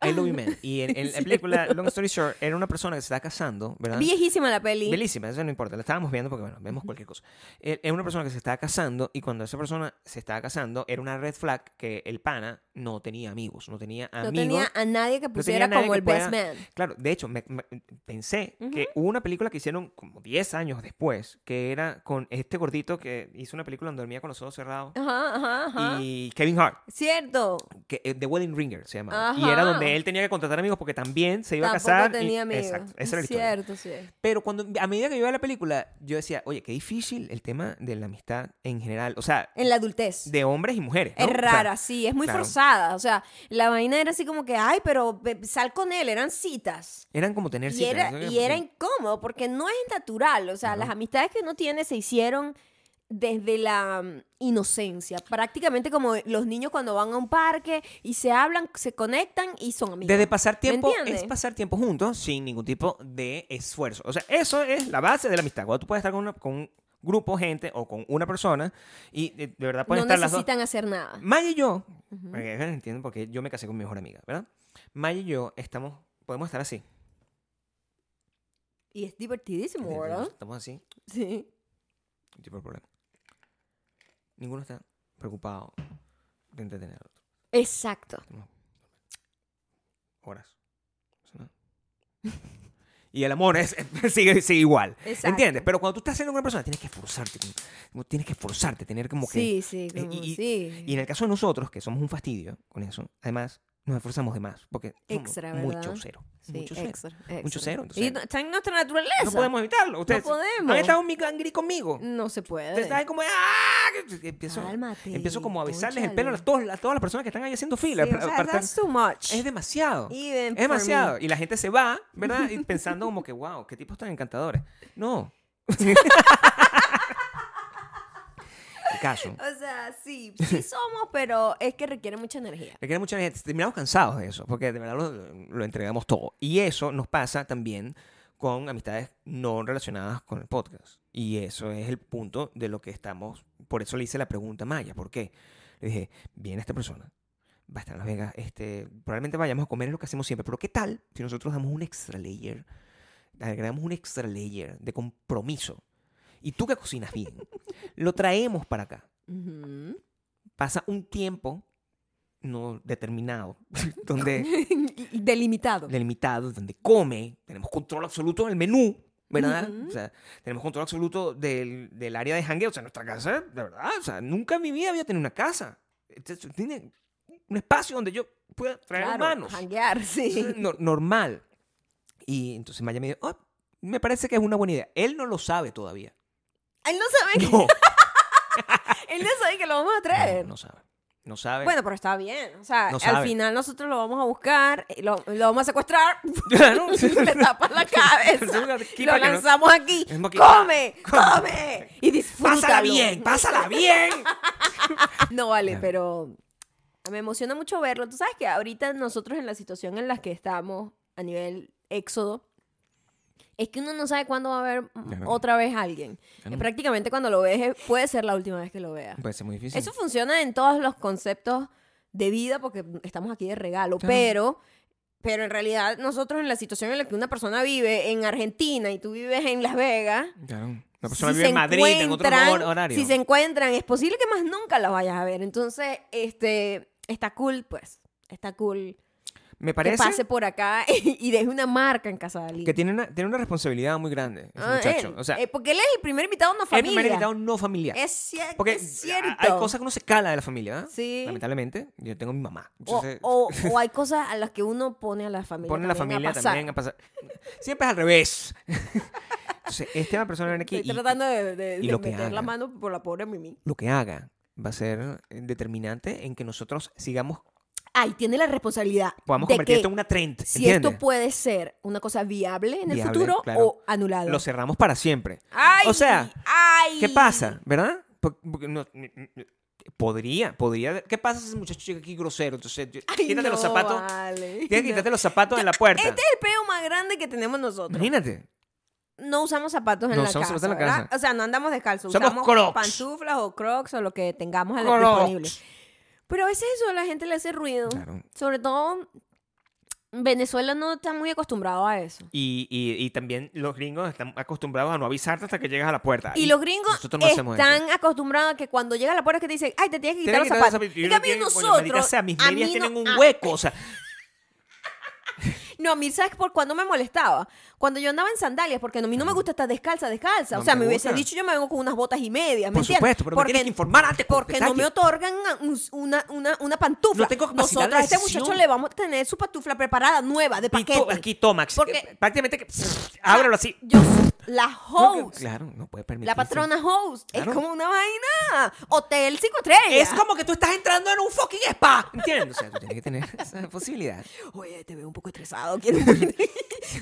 S1: Ah.
S2: I Love You Man. Y en, en la película, Long Story Short, era una persona que se está casando, ¿verdad?
S1: Viejísima la peli.
S2: Bellísima, eso no importa, la estábamos viendo porque, bueno, vemos cualquier cosa. Eh, Es una persona que se estaba casando y cuando esa persona se estaba casando era una red flag que el pana no tenía amigos, no tenía
S1: no
S2: amigos.
S1: tenía a nadie que
S2: tenía
S1: pusiera
S2: nadie
S1: como
S2: que
S1: el best
S2: pudiera-
S1: man.
S2: Claro, de hecho, me- me- pensé
S1: Ujú.
S2: que hubo una película que hicieron como 10 años después, que era con este gordito que hizo una película donde dormía con los ojos cerrados
S1: Ajá, ajá, ajá.
S2: y Kevin Hart,
S1: Cierto.
S2: que, eh, The Wedding Ringer se llamaba. Y
S1: Ajá.
S2: era donde él tenía que contratar amigos porque también se iba
S1: Tampoco
S2: a casar. y-
S1: tenía amigos.
S2: Exacto, esa era la
S1: Cierto,
S2: historia.
S1: sí.
S2: Pero cuando, a medida que yo veía la película, yo decía, oye, qué difícil el tema de la amistad en general. O sea,
S1: En la adultez.
S2: de hombres y mujeres. ¿no?
S1: Es
S2: O sea,
S1: rara, sí, es muy
S2: claro.
S1: forzada. O sea, la vaina era así como que, ay, pero ve- sal con él, eran citas.
S2: eran como tener
S1: Y
S2: citas,
S1: era,
S2: ¿no?
S1: y era incómodo porque no es natural. O sea,
S2: Claro.
S1: las amistades que uno tiene se hicieron desde la mm, inocencia, prácticamente como los niños cuando van a un parque y se hablan, se conectan y son amigos.
S2: Desde pasar tiempo es
S1: entiendes?
S2: pasar tiempo juntos sin ningún tipo de esfuerzo. O sea, eso es la base de la amistad. Cuando tú puedes estar con, una- con un grupo, gente o con una persona y eh, de verdad pueden
S1: no
S2: estar las dos. Mm,
S1: necesitan hacer nada.
S2: Maya y yo, porque ustedes entienden porque yo me casé con mi mejor amiga, ¿verdad? Maya y yo estamos, podemos estar así.
S1: Y es divertidísimo, ¿verdad?
S2: Estamos así,
S1: Sí.
S2: sin tipo de problema. Ninguno está preocupado de entretener al otro.
S1: Exacto.
S2: Horas. No pasa nada. Y el amor es, sigue, sigue igual.
S1: Exacto.
S2: ¿Entiendes? Pero cuando tú estás haciendo con una persona, tienes que esforzarte. como- como Tienes que esforzarte, tener como que.
S1: Sí, sí,
S2: y-
S1: como,
S2: y-
S1: sí.
S2: Y en el caso de nosotros, que somos un fastidio con eso, además, nos esforzamos de más. Porque somos
S1: Extra, ¿verdad?
S2: mucho cero.
S1: Sí,
S2: mucho cero.
S1: extra, extra.
S2: Mucho cero,
S1: Y
S2: entonces-
S1: no- está en nuestra naturaleza.
S2: No podemos evitarlo. Ustedes
S1: podemos.
S2: han estado mi gangri conmigo.
S1: No se puede.
S2: Ustedes saben como. ¡Ah! que- que Empiezo,
S1: Cálmate,
S2: empiezo como a besarles el pelo a,
S1: cónchale.
S2: todos- a todas las personas que están ahí haciendo
S1: Sí,
S2: fila.
S1: o
S2: para-
S1: sea,
S2: para-
S1: that's too much.
S2: es demasiado.
S1: Even
S2: es
S1: for
S2: demasiado. Y la gente se va, ¿verdad? Y pensando como que, wow, qué tipos tan encantadores. No. el caso.
S1: O sea, sí, sí somos, pero es que requiere mucha energía.
S2: Requiere mucha gente. Terminamos cansados de eso, porque de verdad lo, lo entregamos todo. Y eso nos pasa también con amistades no relacionadas con el podcast. Y eso es el punto de lo que estamos. Por eso le hice la pregunta a Maya. ¿Por qué? Le dije, viene esta persona, va a estar en Las Vegas, este, probablemente vayamos a comer, es lo que hacemos siempre. Pero ¿qué tal si nosotros damos un extra layer? Agregamos un extra layer de compromiso. Y tú que cocinas bien, lo traemos para acá
S1: Ujú.
S2: pasa un tiempo no determinado, donde
S1: Y- y Delimitado.
S2: delimitado, donde come, tenemos control absoluto del menú, ¿verdad?
S1: Ujú.
S2: O sea, tenemos control absoluto del, del área de jangueo, o sea, nuestra casa, de verdad, o sea, nunca en mi vida había tenido una casa. Entonces, Tiene un espacio donde yo pueda traer
S1: Claro,
S2: manos.
S1: janguear, sí.
S2: normal. Y entonces Maya me dijo, "Oh, me parece que es una buena idea. Él no lo sabe todavía.
S1: Él no sabe,
S2: No,
S1: él no sabe que lo vamos a
S2: no,
S1: traer.
S2: no sabe. No sabe.
S1: Bueno, pero está bien. O sea,
S2: No
S1: al
S2: sabe.
S1: final nosotros lo vamos a buscar, y lo, lo vamos a secuestrar,
S2: Claro.
S1: le tapas la cabeza,
S2: Aquí
S1: lo
S2: para que no-
S1: lanzamos aquí.
S2: Es como que-
S1: ¡Come! ¡Come! Y disfruta.
S2: Pásala bien, pásala bien.
S1: Ah, No vale,
S2: Claro.
S1: pero me emociona mucho verlo. Tú sabes que ahorita nosotros en la situación en la que estamos a nivel éxodo, es que uno no sabe cuándo va a ver mm,
S2: Claro.
S1: otra vez a alguien.
S2: Claro.
S1: Eh, Prácticamente cuando lo ves eh, puede ser la última vez que lo veas.
S2: Puede ser Em, muy difícil.
S1: Eso funciona en todos los conceptos de vida porque estamos aquí de regalo,
S2: Claro.
S1: pero pero en realidad nosotros en la situación en la que una persona vive en Argentina y tú vives en Las Vegas,
S2: Claro. Una persona
S1: si
S2: vive
S1: se
S2: en Madrid, en otro
S1: encuentran-
S2: hor- horario.
S1: Si se encuentran, es posible que más nunca las vayas a ver. Entonces, este, está cool, pues. Está cool
S2: Me
S1: que
S2: parece
S1: pase por acá y, y deje una marca en casa de alguien.
S2: que tiene una, tiene una responsabilidad muy grande ese
S1: Ah,
S2: muchacho.
S1: él.
S2: o sea,
S1: Eh, porque él es el primer invitado no
S2: el
S1: familia.
S2: primer invitado no familiar.
S1: Es, cier-
S2: Porque
S1: es cierto.
S2: a- hay cosas que uno se cala de la familia, ¿verdad?
S1: Sí.
S2: Lamentablemente, yo tengo a mi mamá.
S1: O,
S2: Entonces,
S1: o- o hay cosas a las que uno pone a la familia.
S2: pone a la
S1: también
S2: familia
S1: a pasar.
S2: también a pasar. Siempre es al revés. Entonces, este persona viene aquí
S1: Estoy
S2: y
S1: tratando de, de-
S2: y
S1: de
S2: lo que
S1: meter la
S2: haga.
S1: mano por la pobre Mimi.
S2: lo que haga va a ser eh, determinante en que nosotros sigamos,
S1: Ay, tiene la responsabilidad
S2: podamos
S1: de
S2: convertir
S1: que
S2: esto en una trend.
S1: si
S2: ¿entiendes?
S1: esto puede ser una cosa viable en el
S2: Viable,
S1: futuro
S2: claro.
S1: o anulado.
S2: Lo cerramos para siempre.
S1: Ay,
S2: O sea,
S1: ay.
S2: ¿Qué pasa? ¿Verdad? Por- Porque no- n- n- podría, podría. ¿Qué pasa si ese muchacho llega aquí grosero? Entonces, yo-
S1: Ay,
S2: quítate los
S1: no,
S2: zapatos.
S1: vale.
S2: Tienes que
S1: No.
S2: quitarte los zapatos en la puerta.
S1: Este es el peo más grande que tenemos nosotros.
S2: Imagínate.
S1: No usamos zapatos en,
S2: No
S1: la,
S2: usamos
S1: casa,
S2: zapatos en la
S1: ¿verdad?
S2: casa.
S1: O sea, no andamos descalzos.
S2: Usamos
S1: usamos
S2: Crocs.
S1: pantuflas o crocs o lo que tengamos a la-
S2: Crocs.
S1: disponible. Pero a veces eso a la gente le hace ruido.
S2: Claro.
S1: Sobre todo, Venezuela no está muy acostumbrado a eso.
S2: Y, y- y también los gringos están acostumbrados a no avisarte hasta que llegas a la puerta.
S1: Y los gringos
S2: nosotros no hacemos
S1: están acostumbrados a que cuando llega la puerta que te dicen, ay, te tienes que quitar
S2: Tienes
S1: los
S2: que quitar los
S1: zapatos.
S2: zapatos. Y
S1: En
S2: uno
S1: cambio,
S2: tiene, coño,
S1: nosotros,
S2: marica, o sea, mis
S1: a
S2: medias
S1: mí
S2: tienen
S1: no- ah,
S2: un
S1: a-
S2: hueco. O sea,
S1: No, a mí, ¿sabes por cuándo me molestaba? Cuando yo andaba en sandalias, porque a mí no me gusta estar descalza, descalza.
S2: No
S1: o sea,
S2: me
S1: me, hubiese
S2: gusta.
S1: dicho yo me vengo con unas botas y medias, ¿me
S2: por
S1: entiendes?
S2: supuesto, pero me
S1: porque,
S2: tienes que informar antes. con
S1: porque no me
S2: detalle.
S1: otorgan a- un- una, una, una pantufla.
S2: No tengo capacidad
S1: Nosotros a
S2: de
S1: este
S2: decisión.
S1: muchacho le vamos a tener su pantufla preparada, nueva, de
S2: Y tú-
S1: paquete.
S2: Aquí, toma.
S1: Porque-
S2: Prácticamente que. Ábrelo así.
S1: Yo, la
S2: No, que-
S1: host,
S2: Claro, no puede permitir.
S1: la patrona host,
S2: Claro.
S1: es como una vaina. Hotel 5 estrellas.
S2: Es como que tú estás entrando en un fucking spa. ¿Entiendes? O sea, tú tienes que tener esa posibilidad.
S1: Oye, te veo un poco estresado. quiero-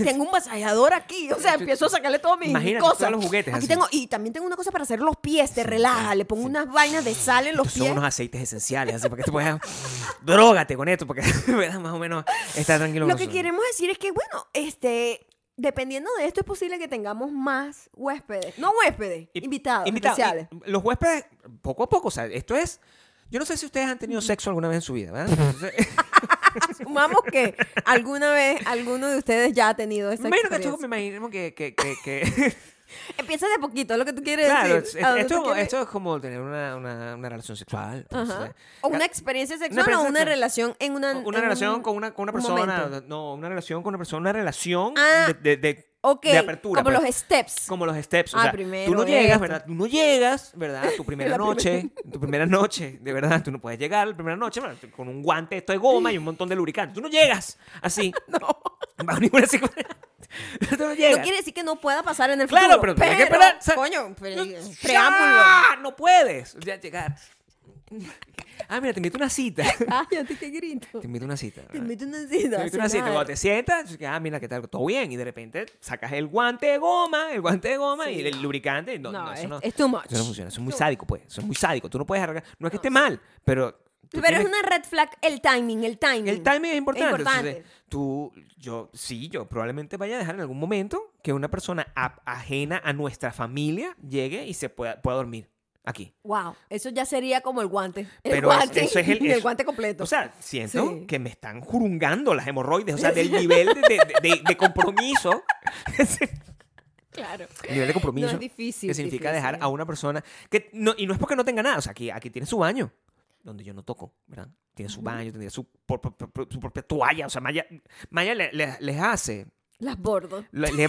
S1: tengo un masajeador aquí. O sea, empiezo a sacarle todas mis
S2: Imagínate,
S1: cosas.
S2: todos los juguetes
S1: Aquí
S2: así.
S1: tengo, y también tengo una cosa para hacer los pies. Te relaja. Le pongo unas vainas de sal en los
S2: Estos son
S1: pies.
S2: unos aceites esenciales, así para que tú puedas. Drógate con esto, porque puedas más o menos estar tranquilo.
S1: Lo
S2: con
S1: que
S2: eso.
S1: queremos decir es que, bueno, este, dependiendo de esto, es posible que tengamos más huéspedes. No huéspedes,
S2: Y-
S1: invitados
S2: invitados.
S1: especiales.
S2: Y Los huéspedes, poco a poco, o sea, esto es. Yo no sé si ustedes han tenido sexo alguna vez en su vida, ¿verdad? Entonces,
S1: Sumamos que alguna vez alguno de ustedes ya ha tenido esa
S2: me imagino que
S1: experiencia.
S2: esto, me imagino que. que, que, que-
S1: Empieza de poquito, es lo que tú quieres
S2: claro, es-
S1: decir. A donde
S2: es-
S1: tú
S2: esto,
S1: quieres-
S2: esto es como tener una, una, una relación sexual.
S1: Ajá.
S2: entonces,
S1: O una experiencia sexual o
S2: experiencia
S1: una
S2: sexual.
S1: relación en una...
S2: una,
S1: en
S2: relación
S1: un-
S2: con una, con una
S1: un
S2: persona.
S1: momento.
S2: no, una relación con una persona, una relación
S1: Ah,
S2: de, de- de-
S1: Ok,
S2: de apertura.
S1: como
S2: pues.
S1: los steps.
S2: como los steps. o
S1: Ah,
S2: sea,
S1: primero
S2: tú no llegas,
S1: esto.
S2: ¿verdad? Tú no llegas, ¿verdad? Tu primera
S1: La primera-
S2: noche, tu primera noche, de verdad, tú no puedes llegar la primera noche ¿verdad? con un guante esto de goma y un montón de lubricante. Tú no llegas así. no. Bajo ninguna circunstancia. Tú no llegas.
S1: No quiere decir que no pueda pasar en el
S2: Claro,
S1: futuro.
S2: pero tienes que esperar, o sea,
S1: Coño, pero,
S2: No-
S1: preámbulo.
S2: ¡Ya! No puedes ya llegar. Ah, mira, te invito a una cita. Te
S1: Cállate, qué grito.
S2: invito a una cita.
S1: Te
S2: ¿verdad?
S1: invito a una cita.
S2: Te invito a una
S1: a
S2: cita.
S1: cenar.
S2: Cuando te sientas, dices que, ah, mira, ¿qué tal? Todo bien. Y de repente sacas el guante de goma, el guante de goma y
S1: Sí.
S2: el lubricante. y No,
S1: No,
S2: no, eso
S1: es,
S2: no.
S1: es too much.
S2: Eso no funciona. Eso es muy sádico, pues. Eso es muy sádico. Tú no puedes arreglar. No es que esté mal, pero. tú
S1: Pero es
S2: tienes-
S1: una red flag el timing, el timing.
S2: El timing es importante.
S1: importante.
S2: Entonces, tú, yo, sí, yo probablemente vaya a dejar en algún momento que una persona a- ajena a nuestra familia llegue y se pueda, pueda dormir aquí.
S1: Wow, eso ya sería como el guante. El
S2: Pero es-
S1: guante,
S2: eso es el- eso-
S1: guante completo.
S2: O sea, siento
S1: Sí.
S2: que me están jurungando las hemorroides, o sea, del nivel de, de- de- de compromiso.
S1: claro.
S2: El nivel de compromiso.
S1: No, es difícil,
S2: Que significa
S1: difícil.
S2: dejar a una persona que no, y no es porque no tenga nada, o sea, aquí, aquí tiene su baño, donde yo no toco, ¿verdad? Tiene su baño, tendría su, por- por- por- su propia toalla, o sea, Maya, Maya le- le- les hace,
S1: Las bordo.
S2: le- le-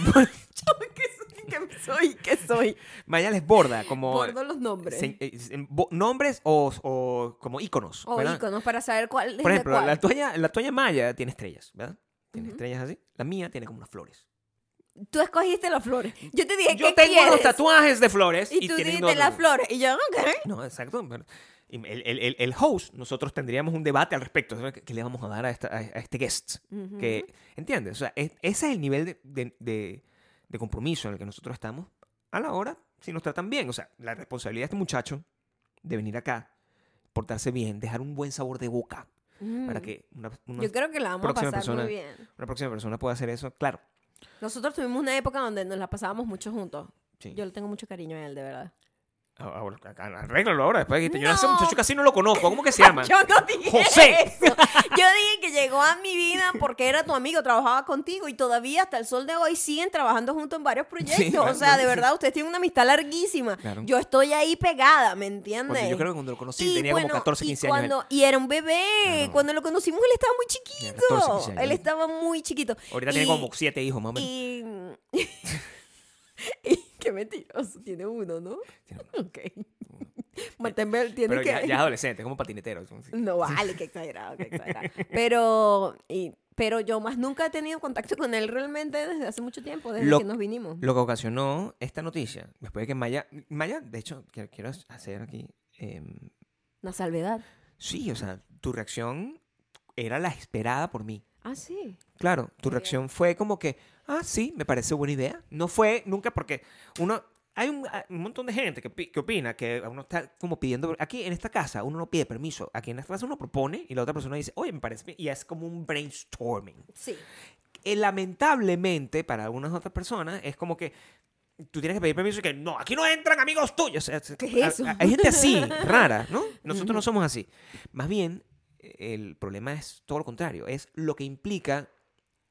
S1: ¿Qué soy? ¿Qué soy?
S2: Maya les borda como
S1: Bordo los nombres.
S2: se- eh, se- bo- nombres o, o como íconos,
S1: o
S2: ¿verdad?
S1: iconos Oh, para saber cuál es
S2: Por
S1: de
S2: ejemplo,
S1: cuál.
S2: la toalla, la toalla Maya tiene estrellas, ¿verdad? Tiene
S1: Ujú.
S2: estrellas así. La mía tiene como unas flores.
S1: Tú escogiste las flores. Yo te dije,
S2: Yo
S1: ¿qué
S2: tengo unos
S1: quieres?
S2: tatuajes de flores y,
S1: y tú
S2: tienen
S1: dijiste
S2: dos-
S1: las flores. Y yo, ok.
S2: No, exacto. pero- y El, el- el- el host, nosotros tendríamos un debate al respecto. ¿sabes? ¿Qué, qué le vamos a dar a, esta- a- a este guest? que, ¿Entiendes? O sea, es- ese es el nivel de, de- de- de compromiso en el que nosotros estamos a la hora, si nos tratan bien. O sea, la responsabilidad de este muchacho de venir acá, portarse bien, dejar un buen sabor de boca
S1: Ujú.
S2: para que una, una-
S1: Mm. Yo creo que la vamos a
S2: próxima
S1: pasar
S2: persona.
S1: muy bien.
S2: una próxima persona pueda hacer eso. Claro.
S1: Nosotros tuvimos una época donde nos la pasábamos mucho juntos.
S2: Sí. Ah,
S1: Yo le tengo mucho cariño a él, de verdad.
S2: Ahora, arréglalo ahora. Después, dijiste, Yo a ese
S1: No.
S2: muchacho casi no lo conozco. ¿Cómo que se llama?
S1: Yo no dije
S2: José.
S1: eso. Yo dije que llegó a mi vida porque era tu amigo, trabajaba contigo y todavía hasta el sol de hoy siguen trabajando juntos en varios proyectos.
S2: Sí,
S1: o sea,
S2: claro.
S1: de verdad, ustedes tienen una amistad larguísima.
S2: Claro.
S1: Yo estoy ahí pegada, ¿me entiendes?
S2: Porque yo creo que cuando lo conocí
S1: Y
S2: tenía
S1: bueno,
S2: como 14,
S1: y
S2: 15 años. él.
S1: cuando, Y era un bebé.
S2: Claro.
S1: Cuando lo conocimos, él estaba muy chiquito.
S2: 14, 15 años.
S1: Él estaba muy chiquito.
S2: Ahorita
S1: Y-
S2: tiene como siete hijos, más o menos.
S1: Y... y qué mentiroso, tiene uno, ¿no?
S2: Tiene
S1: Ok. Manténme, tiene
S2: Pero
S1: que...
S2: ya, ya es adolescente, como patinetero.
S1: No vale, qué exagerado, qué exagerado. Pero, y- pero yo más nunca he tenido contacto con él realmente desde hace mucho tiempo, desde
S2: Lo-
S1: que nos vinimos.
S2: Lo que ocasionó esta noticia, después de que Maya, Maya, de hecho, quiero, quiero hacer aquí, eh,
S1: Una salvedad.
S2: sí, o sea, tu reacción era la esperada por mí.
S1: Ah, sí.
S2: Claro, tu
S1: Muy bien.
S2: reacción fue como que, ah, sí, me parece buena idea. No fue nunca porque uno, hay un, hay un montón de gente que, pi- que opina que uno está como pidiendo, aquí en esta casa uno no pide permiso, aquí en esta casa uno propone y la otra persona dice, oye, me parece, bien", y es como un brainstorming.
S1: Sí.
S2: eh, lamentablemente para algunas otras personas es como que tú tienes que pedir permiso y que no, aquí no entran amigos tuyos. O sea,
S1: ¿Qué es
S2: a- a-
S1: eso?
S2: Hay gente así, rara, ¿no? Nosotros
S1: Ujú.
S2: no somos así. Más bien, eh, el problema es todo lo contrario, es lo que implica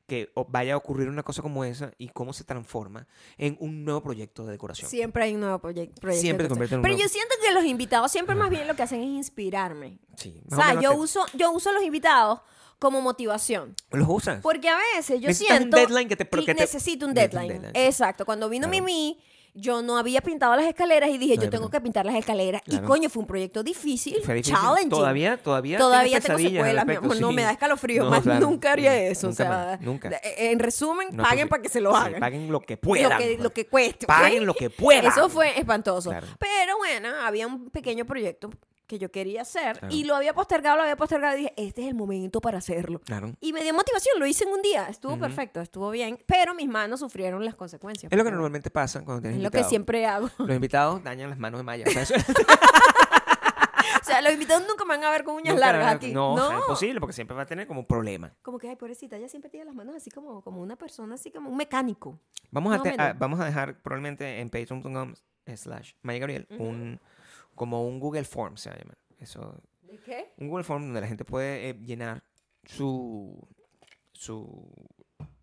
S2: que o- vaya a ocurrir una cosa como esa y cómo se transforma en un nuevo proyecto de decoración.
S1: Siempre hay un nuevo proye- proyecto.
S2: Siempre
S1: de
S2: te convierte
S1: cosas.
S2: en un
S1: Pero
S2: nuevo-
S1: yo siento que los invitados siempre más bien lo que hacen es inspirarme.
S2: Sí,
S1: O
S2: más o
S1: sea,
S2: menos
S1: yo
S2: te-
S1: uso, yo uso los invitados como motivación.
S2: los usas.
S1: Porque a veces yo
S2: Necesitas un
S1: siento...
S2: deadline que te-
S1: que
S2: que te-
S1: necesito un
S2: necesitas un
S1: deadline.
S2: deadline, sí.
S1: Exacto. Cuando vino
S2: Claro.
S1: Mimi, yo no había pintado las escaleras y dije,
S2: No,
S1: yo
S2: yo
S1: tengo
S2: no.
S1: que pintar las escaleras.
S2: Claro.
S1: Y coño, fue un proyecto difícil,
S2: Fue difícil.
S1: challenging.
S2: Todavía, todavía.
S1: Todavía
S2: tienes
S1: tengo
S2: pesadillas al
S1: secuelas, mi
S2: respecto,
S1: amor. No
S2: sí.
S1: me da escalofrío,
S2: No,
S1: más
S2: claro.
S1: nunca haría
S2: Mm,
S1: eso.
S2: nunca
S1: o sea,
S2: más, nunca.
S1: de- En resumen,
S2: No es
S1: paguen
S2: posible.
S1: para que se lo
S2: Sí,
S1: hagan.
S2: paguen lo que
S1: lo,
S2: puedan.
S1: que,
S2: pues.
S1: lo que cueste. ¿ok?
S2: Paguen lo que puedan.
S1: Eso fue espantoso.
S2: Claro.
S1: Pero bueno, había un pequeño proyecto que yo quería hacer
S2: Claro.
S1: y lo había postergado, lo había postergado y dije, este es el momento para hacerlo.
S2: Claro.
S1: Y me dio motivación, lo hice en un día, estuvo perfecto, estuvo bien, pero mis manos sufrieron las consecuencias.
S2: Es lo que
S1: porque,
S2: normalmente pasa cuando
S1: bueno,
S2: tienes
S1: es lo que
S2: invitados.
S1: siempre hago.
S2: Los invitados dañan las manos de Maya. O sea, eso
S1: o sea, los invitados nunca me van a ver con uñas
S2: nunca la
S1: largas
S2: van a-
S1: a ti.
S2: No,
S1: No,
S2: o sea, es posible porque siempre va a tener como un problema.
S1: como que, ay, pobrecita, ella siempre tiene las manos así como, como una persona, así como un mecánico.
S2: Vamos a,
S1: Más o
S2: te- a-
S1: menos.
S2: vamos a dejar probablemente en patreon.com slash Maya Gabriel
S1: Ujú.
S2: un, como un Google Form, se va a llamar. Eso,
S1: ¿De qué?
S2: un Google Form donde la gente puede eh, llenar su, su,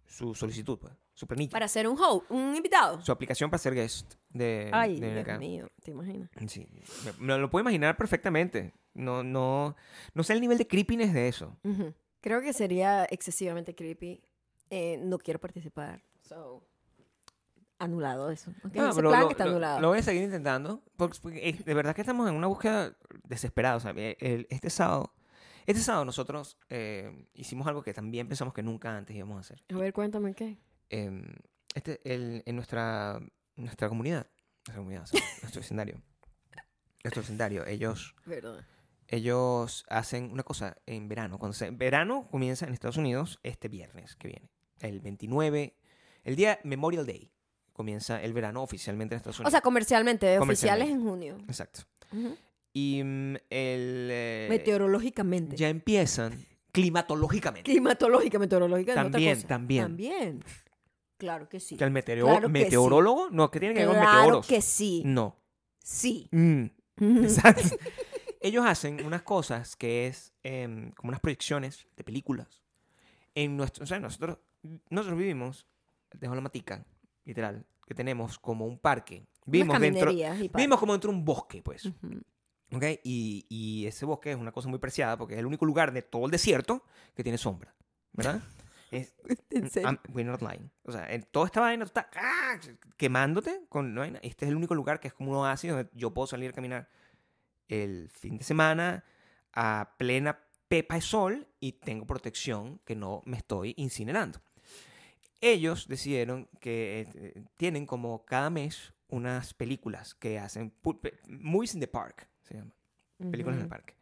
S2: su solicitud, pues, su planilla.
S1: Para ser un host, un invitado.
S2: Su aplicación para ser guest de,
S1: Ay,
S2: de
S1: Dios
S2: acá.
S1: mío, te imaginas.
S2: Sí, me- me lo puedo imaginar perfectamente. No, no, no sé el nivel de creepiness de eso.
S1: Ujú. Creo que sería excesivamente creepy. Eh, no quiero participar. So, anulado eso. ¿ok? Ese
S2: No, Ah, pero
S1: plan
S2: lo,
S1: está
S2: lo-
S1: anulado.
S2: lo voy a seguir intentando. Porque, porque, eh, de verdad que estamos en una búsqueda desesperada. o sea, eh, el- este sábado, este sábado nosotros eh, hicimos algo que también pensamos que nunca antes íbamos a hacer.
S1: A ver, cuéntame qué.
S2: Em, este, el- en nuestra, nuestra comunidad, nuestra comunidad, o sea, nuestro vecindario, nuestro vecindario, ellos
S1: Verdad.
S2: ellos hacen una cosa en verano. Cuando se- verano comienza en Estados Unidos este viernes que viene. El 29, el día Memorial Day. Comienza el verano oficialmente en Estados
S1: O
S2: Unidos.
S1: sea, comercialmente, de oficiales
S2: Comercialmente.
S1: en junio.
S2: Exacto.
S1: Ujú.
S2: Y mm, el... eh,
S1: Meteorológicamente.
S2: ya empiezan climatológicamente.
S1: Climatológica, meteorológica. es otra
S2: También,
S1: cosa.
S2: también.
S1: También. Claro que sí.
S2: Que el meteo-
S1: Claro que sí.
S2: meteorólogo, no, que tiene que ver con
S1: Claro
S2: meteoros. Mm.
S1: que sí.
S2: No.
S1: Sí.
S2: Mm.
S1: Ujú.
S2: Exacto. Ellos hacen unas cosas que es em, como unas proyecciones de películas. En nuestro, o sea, nosotros, nosotros vivimos, dejo la matica, literal, que tenemos como un parque. Vivimos
S1: Unas
S2: dentro,
S1: caminerías y
S2: vivimos como dentro de un bosque, pues.
S1: parques. Ujú.
S2: ¿ok? Y, y ese bosque es una cosa muy preciada porque es el único lugar de todo el desierto que tiene sombra, ¿verdad? Es,
S1: En serio.
S2: I'm- we're not lying. O sea, en toda esta vaina tú estás ah, quemándote con la vaina. Este es el único lugar que es como un oasis donde yo puedo salir a caminar el fin de semana a plena pepa de sol y tengo protección que no me estoy incinerando. Ellos decidieron que eh, tienen como cada mes unas películas que hacen pu- pe- Movies in the Park, se llama películas en el
S1: Ujú.
S2: parque.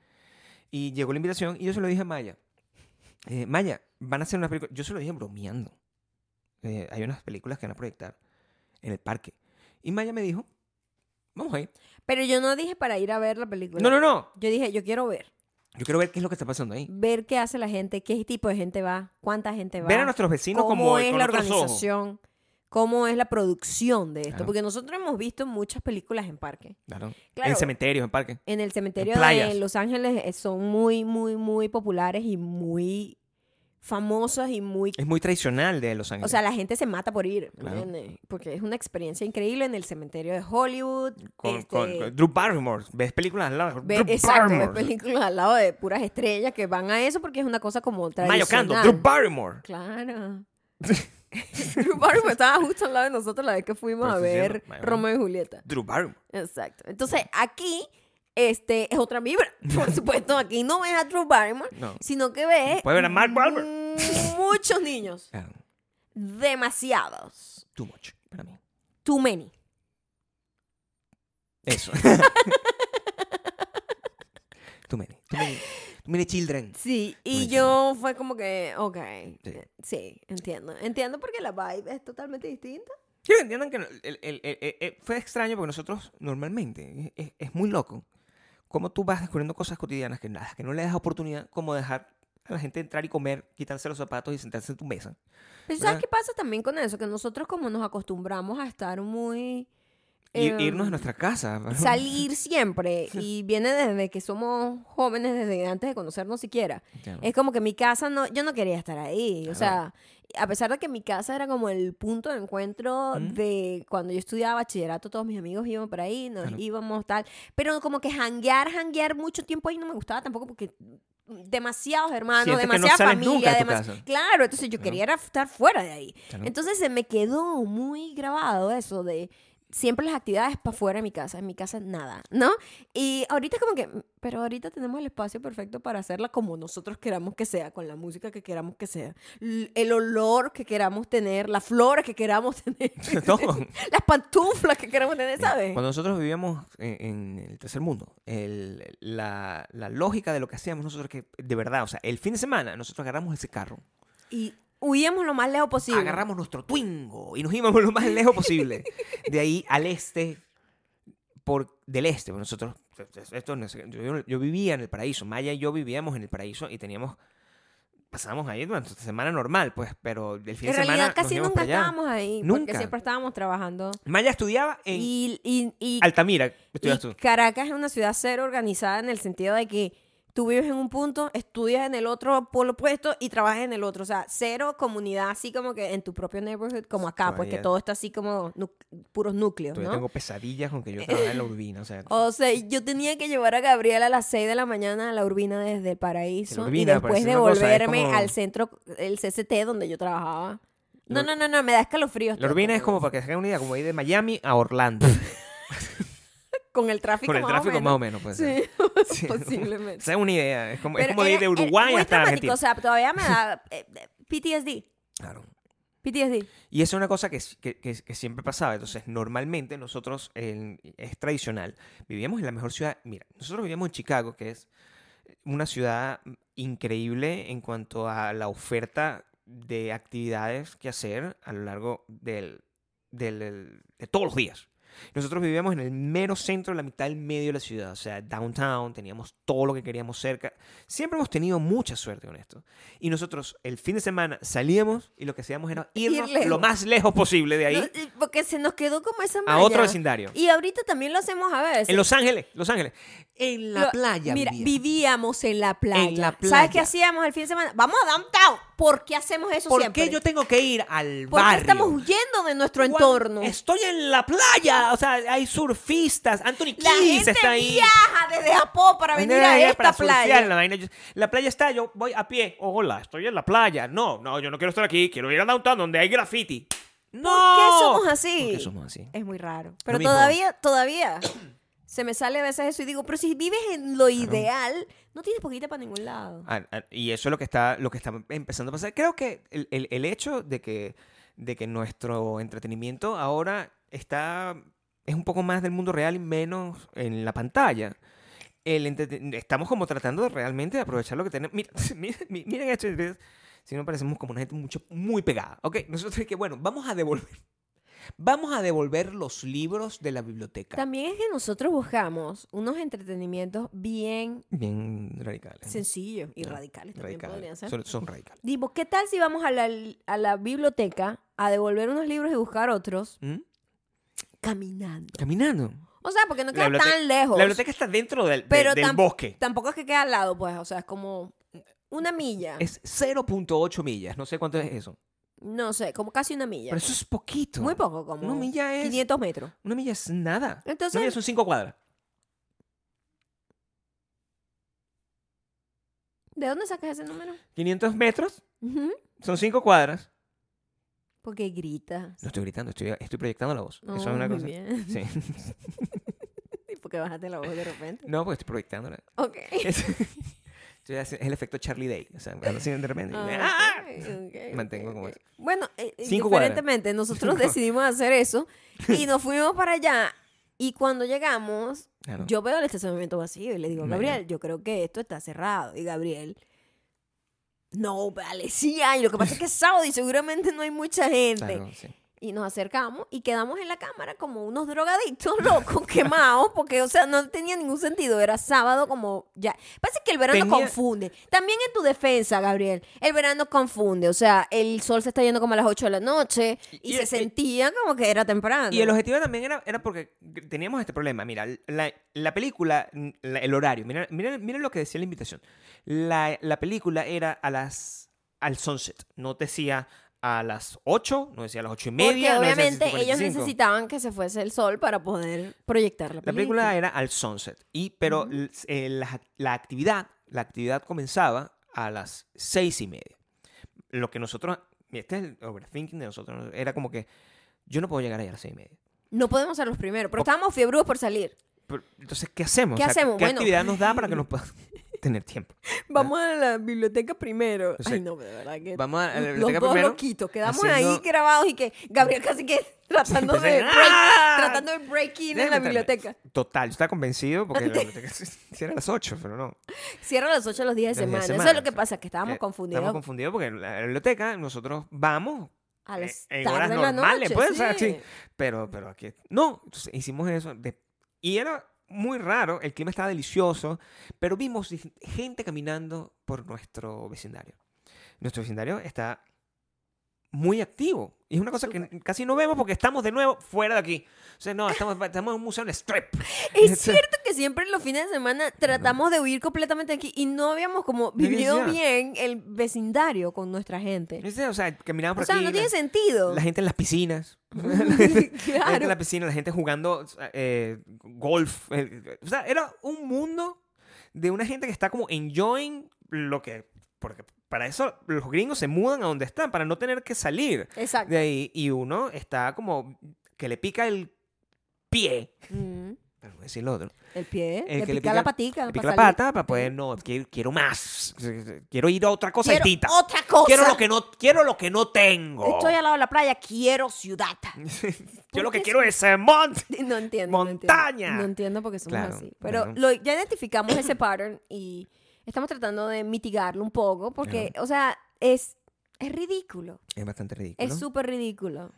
S2: Y llegó la invitación y yo se lo dije a Maya. Eh, Maya, van a hacer una película. Yo se lo dije bromeando. Eh, hay unas películas que van a proyectar en el parque. Y Maya me dijo, vamos a ir.
S1: Pero yo no dije para ir a ver la película.
S2: No, no, no.
S1: Yo dije, yo quiero ver.
S2: Yo quiero ver qué es lo que está pasando ahí.
S1: ver qué hace la gente, qué tipo de gente va, cuánta gente va,
S2: Ver a nuestros vecinos
S1: cómo
S2: como
S1: es
S2: con
S1: la
S2: otros ojos.
S1: organización, cómo es la producción de esto,
S2: Claro.
S1: porque nosotros hemos visto muchas películas en parque.
S2: Claro. En
S1: Claro.
S2: cementerios, en parque.
S1: En el cementerio de
S2: playas.
S1: Los Ángeles eh, son muy, muy, muy populares y muy famosas y muy...
S2: Es muy tradicional de Los
S1: O
S2: Ángeles.
S1: sea, la gente se mata por ir, ¿me
S2: Claro.
S1: entiendes? Porque es una experiencia increíble en el cementerio de Hollywood.
S2: con,
S1: este,
S2: con- con Drew Barrymore. ¿Ves películas al lado?
S1: ve-
S2: Drew
S1: exacto, ves
S2: Barrymore.
S1: películas al lado de puras estrellas que van a eso porque es una cosa como
S2: Mayo
S1: tradicional.
S2: Cando, Drew Barrymore.
S1: Claro. Drew Barrymore estaba justo al lado de nosotros la vez que fuimos
S2: Por
S1: a
S2: eso
S1: ver
S2: diciendo, bueno.
S1: Romeo y Julieta.
S2: Drew Barrymore.
S1: Exacto. Entonces, aquí este, es otra vibra. Por supuesto, aquí no ves a Drew Barrymore,
S2: No.
S1: sino que ves
S2: Puedes ver a Mark Wahlberg.
S1: mm, muchos niños.
S2: Claro.
S1: Demasiados.
S2: Too much para mí.
S1: Too many.
S2: Eso. too many. Too many. Too many children.
S1: Sí, y
S2: Buenísimo.
S1: yo fue como que, ok,
S2: Sí.
S1: sí, entiendo. Entiendo porque la vibe es totalmente distinta.
S2: Quiero que entiendan que no- el- el- el- el- el- fue extraño porque nosotros normalmente es, es muy loco cómo tú vas descubriendo cosas cotidianas que, nada, que no le das oportunidad, como dejar a la gente entrar y comer, quitarse los zapatos y sentarse en tu mesa.
S1: Pero
S2: ¿Verdad?
S1: ¿sabes qué pasa también con eso? Que nosotros como nos acostumbramos a estar muy...
S2: Y
S1: em,
S2: irnos a nuestra casa.
S1: Salir siempre. Y viene desde que somos jóvenes, desde antes de conocernos siquiera.
S2: Ya.
S1: Es como que mi casa no... Yo no quería estar ahí. O sea, a pesar de que mi casa era como el punto de encuentro
S2: Mm.
S1: de cuando yo estudiaba bachillerato, todos mis amigos iban para ahí, nos
S2: Claro.
S1: íbamos tal. Pero como que janguear, janguear mucho tiempo ahí no me gustaba tampoco porque demasiados hermanos,
S2: Sientes que no
S1: demasiada
S2: sales
S1: familia,
S2: nunca de tu
S1: demasi-
S2: casa.
S1: Claro, entonces yo
S2: Claro.
S1: quería era estar fuera de ahí.
S2: Claro.
S1: Entonces se me quedó muy grabado eso de siempre las actividades para fuera de mi casa, en mi casa nada, ¿no? Y ahorita como que, pero ahorita tenemos el espacio perfecto para hacerla como nosotros queramos que sea, con la música que queramos que sea, l- el olor que queramos tener, las flores que queramos tener,
S2: Todo.
S1: las pantuflas que queramos tener, ¿sabes?
S2: Cuando nosotros vivíamos en, en el tercer mundo, el- la, la lógica de lo que hacíamos nosotros, que de verdad, o sea, el fin de semana nosotros agarramos ese carro,
S1: Y huíamos lo más lejos posible.
S2: agarramos nuestro Twingo y nos íbamos lo más lejos posible. De ahí al este, por, del este, porque nosotros, esto, no sé, yo, yo vivía en el paraíso, Maya y yo vivíamos en el paraíso y teníamos, pasábamos ahí durante la semana normal, pues, pero el fin
S1: En
S2: de semana
S1: realidad
S2: nos
S1: casi
S2: íbamos
S1: nunca
S2: para allá.
S1: estábamos ahí, porque
S2: Nunca.
S1: siempre estábamos trabajando.
S2: Maya estudiaba en
S1: Y, y, y,
S2: Altamira,
S1: y
S2: estudias tú.
S1: Caracas es una ciudad cero organizada en el sentido de que tú vives en un punto, estudias en el otro polo opuesto y trabajas en el otro. O sea, cero comunidad así como que en tu propio neighborhood, como acá, pues que
S2: Todavía-
S1: todo está así como nu- puros núcleos,
S2: Todavía
S1: ¿no? Oh,
S2: tengo pesadillas con que yo trabajaba en la urbina, o sea,
S1: O sea, yo tenía que llevar a Gabriel a las 6 de la mañana a la Urbina desde el Paraíso
S2: Urbina,
S1: y después
S2: parece una cosa, es
S1: devolverme
S2: como-
S1: al centro, el CCT donde yo trabajaba. No,
S2: Lo-
S1: no, no, no, me da escalofríos.
S2: La Urbina es como para que se hagan una idea, como ir de Miami a Orlando.
S1: Con el tráfico
S2: con el
S1: más
S2: tráfico
S1: o
S2: más
S1: menos.
S2: o menos, pues.
S1: Sí,
S2: Sí.
S1: posiblemente.
S2: Se hagan una idea. Es como, es
S1: Pero
S2: como ir
S1: era-
S2: de
S1: era
S2: Uruguay
S1: muy
S2: hasta
S1: traumático,
S2: Argentina.
S1: O sea, todavía me da eh, eh, PTSD.
S2: Claro.
S1: PTSD.
S2: Y eso es una cosa que, s- que- que- que siempre pasaba. Entonces, normalmente nosotros, en- es tradicional, vivíamos en la mejor ciudad. Mira, nosotros vivíamos en Chicago, que es una ciudad increíble en cuanto a la oferta de actividades que hacer a lo largo del, del- de todos los días. Nosotros vivíamos en el mero centro, en la mitad del medio de la ciudad, o sea, downtown, teníamos todo lo que queríamos cerca. Siempre hemos tenido mucha suerte con esto. Y nosotros el fin de semana salíamos y lo que hacíamos era
S1: Ir
S2: irnos
S1: lejos.
S2: lo más lejos posible de ahí
S1: No, eh, porque se nos quedó como esa
S2: a
S1: malla.
S2: otro vecindario.
S1: Y ahorita también lo hacemos a veces.
S2: En Los Ángeles, Los Ángeles. En la
S1: Lo-
S2: playa.
S1: Mira,
S2: vivía.
S1: vivíamos en la playa.
S2: En la
S1: ¿Sabes
S2: playa.
S1: qué hacíamos el fin de semana? Vamos a downtown. ¿Por qué hacemos eso
S2: ¿Por
S1: siempre?
S2: qué yo tengo que ir al
S1: ¿Por qué
S2: barrio?
S1: estamos huyendo de nuestro
S2: Guau,
S1: entorno?
S2: Estoy en la playa, o sea, hay surfistas, Anthony
S1: La
S2: Kiss
S1: gente
S2: está ahí.
S1: viaja desde Japón para venir a
S2: Para
S1: esta
S2: surfear
S1: playa.
S2: en La, vaina. Yo- la playa está, yo voy a pie. Oh, hola, estoy en la playa. No, no, yo no quiero estar aquí, quiero ir a downtown donde hay graffiti. No.
S1: ¿Por qué somos así?
S2: ¿Por qué somos así?
S1: Es muy raro. Pero
S2: mismo.
S1: todavía, todavía se me sale a veces eso y digo, pero si vives en lo ideal, no tienes poquita para ningún lado.
S2: Ah, ah, Y eso es lo que está, lo que está empezando a pasar. Creo que el, el- el hecho de que, de que nuestro entretenimiento ahora está es un poco más del mundo real y menos en la pantalla. El entrete- estamos como tratando de realmente de aprovechar lo que tenemos. Mira, mi- mi- miren esto. ustedes, Si no parecemos como una gente mucho, muy pegada. Ok, nosotros es que, bueno, vamos a devolver. Vamos a devolver los libros de la biblioteca.
S1: También es que nosotros buscamos unos entretenimientos bien
S2: Bien radicales.
S1: sencillos y radicales también
S2: Radicales.
S1: podrían ser.
S2: Son, son radicales.
S1: Digo, ¿qué tal si vamos a la, a la biblioteca a devolver unos libros y buscar otros
S2: ¿Mm?
S1: caminando?
S2: Caminando.
S1: O sea, porque no
S2: La
S1: queda tan
S2: biblioteca-
S1: lejos.
S2: La biblioteca está dentro del, de-
S1: Pero
S2: del
S1: tam-
S2: bosque.
S1: Tampoco es que queda al lado, pues. O sea, es como una milla.
S2: Es 0.8 millas. No sé cuánto es eso.
S1: No sé, como casi una milla. pues.
S2: Pero eso es poquito.
S1: Muy poco, como
S2: Una milla es.
S1: 500 metros.
S2: Una milla es nada.
S1: Entonces-
S2: Una milla son 5 cuadras.
S1: ¿De dónde sacas ese número?
S2: 500 metros son 5 cuadras.
S1: Porque gritas.
S2: No estoy gritando, estoy, estoy proyectando la voz. eso
S1: Oh,
S2: es una
S1: muy
S2: cosa.
S1: bien.
S2: Sí.
S1: Y porque bajaste la voz de repente.
S2: No, porque estoy proyectando.
S1: Ok.
S2: Es, estoy haciendo- es el efecto Charlie Day. O sea, así de repente.
S1: Ah,
S2: ¡ah!
S1: ok, ok,
S2: Mantengo
S1: ok.
S2: como eso.
S1: Bueno, eh, eh,
S2: Cinco cuadras.
S1: diferentemente, nosotros
S2: Cinco.
S1: decidimos hacer eso y nos fuimos para allá. Y cuando llegamos,
S2: Claro.
S1: yo veo el estacionamiento vacío y le digo,
S2: Bueno.
S1: Gabriel, yo creo que esto está cerrado. Y Gabriel, no, vale, sí hay. Lo que pasa es que es sábado y seguramente no hay mucha gente.
S2: Claro, sí.
S1: Y nos acercamos y quedamos en la cámara como unos drogadictos locos quemados, porque, o sea, no tenía ningún sentido. Era sábado como ya. Pasa que el verano
S2: Tenía-
S1: confunde. También en tu defensa, Gabriel, el verano confunde. O sea, el sol se está yendo como a las 8 de la noche y,
S2: Y-
S1: se
S2: y-
S1: sentía como que era temprano.
S2: Y el objetivo también era, era porque teníamos este problema. Mira, la, la película, la- el horario, mira, mira, mira lo que decía la invitación. La, la película era a las, al sunset. No decía a las 8, no decía a las 8 y
S1: porque
S2: media. no decía a las
S1: obviamente
S2: 7:45.
S1: ellos necesitaban que se fuese el sol para poder proyectar la
S2: La
S1: película.
S2: película era al sunset. Y, pero l- eh, la, la actividad, la actividad comenzaba a las 6 y media. Lo que nosotros, este es el overthinking de nosotros, era como que yo no puedo llegar allá a las 6 y media.
S1: No podemos ser los primeros, pero
S2: Ok.
S1: estábamos fiebrudos por salir.
S2: Pero, entonces, ¿qué hacemos?
S1: ¿Qué
S2: O sea,
S1: hacemos?
S2: ¿Qué
S1: Bueno.
S2: actividad nos da para que nos podamos tener tiempo?
S1: Vamos a la biblioteca primero.
S2: O sea,
S1: Ay, no, de verdad que...
S2: Ah. Vamos a la
S1: los
S2: biblioteca
S1: dos
S2: primero,
S1: loquitos, quedamos ahí
S2: haciendo-
S1: grabados y que Gabriel casi que tratando
S2: Empecé,
S1: de break-
S2: ¡Ah!
S1: tratando de break in en
S2: Déjame
S1: la
S2: meterme.
S1: biblioteca.
S2: Total, yo estaba convencido porque la biblioteca sí era a las 8, pero no.
S1: Cierra a las 8 los días de
S2: Los
S1: semana.
S2: días
S1: Eso
S2: de
S1: es
S2: semana,
S1: lo que
S2: sí.
S1: pasa, que estábamos
S2: Eh,
S1: confundidos
S2: Estábamos confundidos porque en la biblioteca nosotros vamos
S1: a las
S2: eh, en
S1: tarde
S2: horas
S1: de la
S2: normales,
S1: noche.
S2: pues, o sea, sí.
S1: sí.
S2: Pero, pero aquí. No, entonces hicimos eso. de- y era muy raro, el clima estaba delicioso, pero vimos dis- gente caminando por nuestro vecindario. Nuestro vecindario está muy activo. Y es una cosa que casi no vemos porque estamos de nuevo fuera de aquí. O sea, no, estamos, estamos en un museo en Strip.
S1: Es cierto que siempre en los fines de semana tratamos de huir completamente de aquí y no habíamos como
S2: había
S1: vivido
S2: necesidad.
S1: bien el vecindario con nuestra gente.
S2: O sea, caminamos por
S1: O sea,
S2: aquí.
S1: no
S2: la-
S1: tiene sentido.
S2: la gente en las piscinas. La gente en la
S1: claro.
S2: piscina, la gente jugando eh, golf. eh, o sea, era un mundo de una gente que está como enjoying lo que... Porque para eso los gringos se mudan a donde están, para no tener que salir
S1: Exacto.
S2: de ahí. Y uno está como que le pica el pie.
S1: Mm.
S2: Para no decir lo otro.
S1: El pie,
S2: El
S1: le
S2: que le
S1: pica,
S2: pica-
S1: la patica. pa'
S2: Le pica la
S1: Ah, salir.
S2: pata para poder... No, quiero, quiero más. Quiero ir a otra cosa
S1: Quiero
S2: distinta.
S1: otra cosa.
S2: Quiero lo, que no, quiero lo que no tengo.
S1: Estoy al lado de la playa, quiero ciudad.
S2: Yo lo
S1: ¿Por
S2: que
S1: qué
S2: quiero es eh, mont.
S1: No entiendo. No
S2: Montaña.
S1: entiendo, No entiendo por qué somos
S2: Claro,
S1: así. Pero
S2: bueno.
S1: lo- ya identificamos ese pattern y estamos tratando de mitigarlo un poco porque, o sea, es, es ridículo.
S2: Es bastante ridículo.
S1: Es súper ridículo.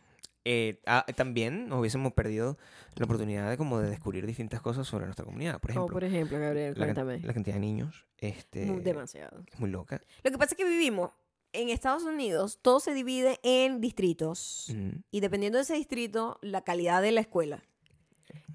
S2: eh, ah, también nos hubiésemos perdido la oportunidad de como de descubrir distintas cosas sobre nuestra comunidad. Por
S1: Como
S2: ejemplo,
S1: por ejemplo, Gabriel,
S2: la, can-
S1: cuéntame.
S2: la cantidad de niños este,
S1: Mu- Demasiado.
S2: es muy loca.
S1: Lo que pasa es que vivimos en Estados Unidos, todo se divide en distritos.
S2: Mm.
S1: Y dependiendo de ese distrito, la calidad de la escuela.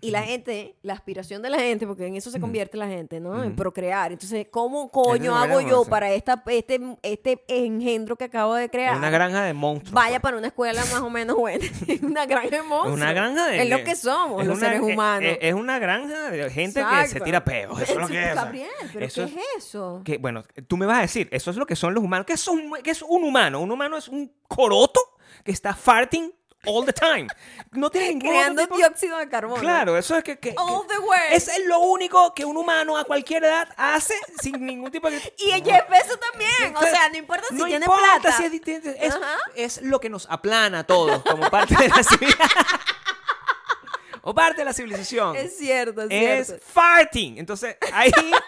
S1: Y la gente, la aspiración de la gente, porque en eso se
S2: Ujú.
S1: convierte la gente, ¿no? En
S2: Ujú.
S1: procrear. Entonces, ¿cómo
S2: Esa es
S1: coño
S2: una
S1: hago
S2: gran
S1: yo
S2: cosa.
S1: para esta, este, este engendro que acabo de
S2: Es
S1: crear?
S2: una granja de monstruos.
S1: Vaya para una escuela más o menos buena. una granja de
S2: pues.
S1: monstruos.
S2: Es una granja de.
S1: Es lo que somos,
S2: es
S1: los
S2: una-
S1: seres
S2: es-
S1: humanos.
S2: Es, es una granja de gente que se
S1: Exacto.
S2: tira peos. Eso es lo que es.
S1: Gabriel, ¿pero
S2: Eso
S1: qué es eso?
S2: Que, bueno, tú me vas a decir, eso es lo que son los humanos. ¿Qué es un, qué es un humano? Un humano es un coroto que está farting all the time. No tiene ningún otro
S1: Creando
S2: tipo-
S1: dióxido de carbono.
S2: Claro, eso es que. que-
S1: All
S2: que-
S1: the way.
S2: Eso es lo único que un humano a cualquier edad hace sin ningún tipo de.
S1: Y Jeff Bezos también. O
S2: Entonces,
S1: sea, no importa si
S2: no
S1: tiene
S2: importa
S1: plata.
S2: si es, distinto, es-
S1: Ajá.
S2: es lo que nos aplana a todos como parte de la civilización. o parte de la civilización.
S1: Es cierto, es,
S2: Es
S1: cierto.
S2: farting. Entonces, ahí.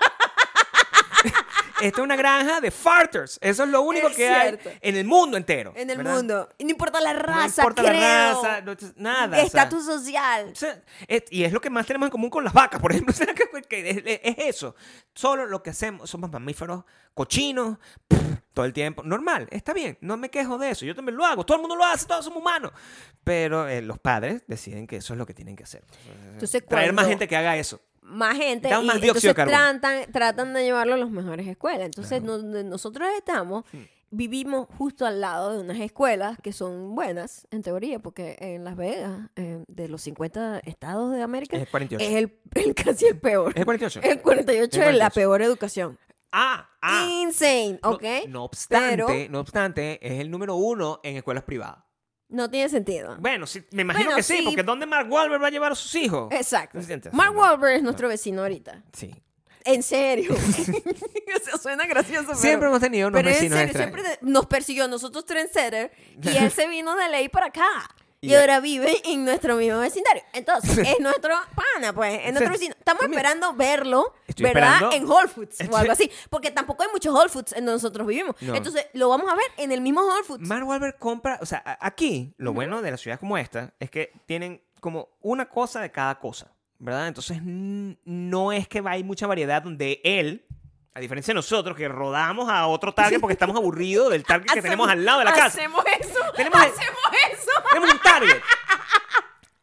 S2: Esta es una granja de farters. Eso es lo único
S1: Es
S2: que
S1: cierto.
S2: hay en el mundo entero.
S1: En el
S2: ¿verdad?
S1: mundo. Y no importa la raza,
S2: no importa
S1: creo.
S2: la raza, no- nada. o sea.
S1: Estatus social.
S2: O sea, es- y es lo que más tenemos en común con las vacas, por ejemplo. O sea, que- pues, que es, es eso. Solo lo que hacemos, somos mamíferos cochinos pff, todo el tiempo. Normal, está bien, no me quejo de eso. Yo también lo hago, todo el mundo lo hace, todos somos humanos. Pero eh, los padres deciden que eso es lo que tienen que hacer.
S1: Entonces,
S2: Traer más
S1: cuando-
S2: gente que haga eso.
S1: Más gente.
S2: Dan
S1: y
S2: más dióxido de
S1: entonces
S2: carbono.
S1: tratan, tratan de llevarlo a las mejores escuelas. Entonces, no- nosotros estamos, vivimos justo al lado de unas escuelas que son buenas, en teoría, porque en Las Vegas, eh, de los 50 estados de América,
S2: Es el 48.
S1: es el, el casi el peor.
S2: ¿Es el 48?
S1: Eh, El 48 es la
S2: 48.
S1: peor educación.
S2: Ah, ah.
S1: Insane,
S2: No-
S1: ¿ok?
S2: No, obstante,
S1: Pero-
S2: no obstante, es el número uno en escuelas privadas.
S1: No tiene sentido.
S2: Bueno, sí, me imagino
S1: Bueno,
S2: que sí,
S1: sí. Eh,
S2: porque ¿dónde Mark Wahlberg va a llevar a sus hijos?
S1: Exacto.
S2: No se siente así,
S1: Mark
S2: ¿no?
S1: Wahlberg es nuestro vecino ahorita.
S2: Sí.
S1: En serio. o sea, suena gracioso. pero-
S2: Siempre hemos tenido unos
S1: pero en
S2: vecinos
S1: serio,
S2: extraños.
S1: siempre te- nos persiguió nosotros trendsetter y él se vino de ley para acá. Y,
S2: Y-
S1: ahora vive en nuestro mismo vecindario. Entonces, es nuestro pana, pues, es nuestro
S2: Sí.
S1: vecino. Estamos
S2: También-
S1: esperando verlo,
S2: Estoy
S1: ¿verdad?
S2: esperando-
S1: En Whole Foods o
S2: Estoy-
S1: algo así. Porque tampoco hay muchos Whole Foods en donde nosotros vivimos.
S2: No.
S1: Entonces, lo vamos a ver en el mismo Whole Foods.
S2: Mark Wahlberg compra, o sea, a- aquí lo bueno de las ciudades como esta es que tienen como una cosa de cada cosa, ¿verdad? Entonces n- no es que va- hay mucha variedad donde él, a diferencia de nosotros que rodamos a otro target porque estamos aburridos del target que tenemos al lado de la casa.
S1: Hacemos eso.
S2: Tenemos el-
S1: hacemos eso.
S2: Tenemos un target.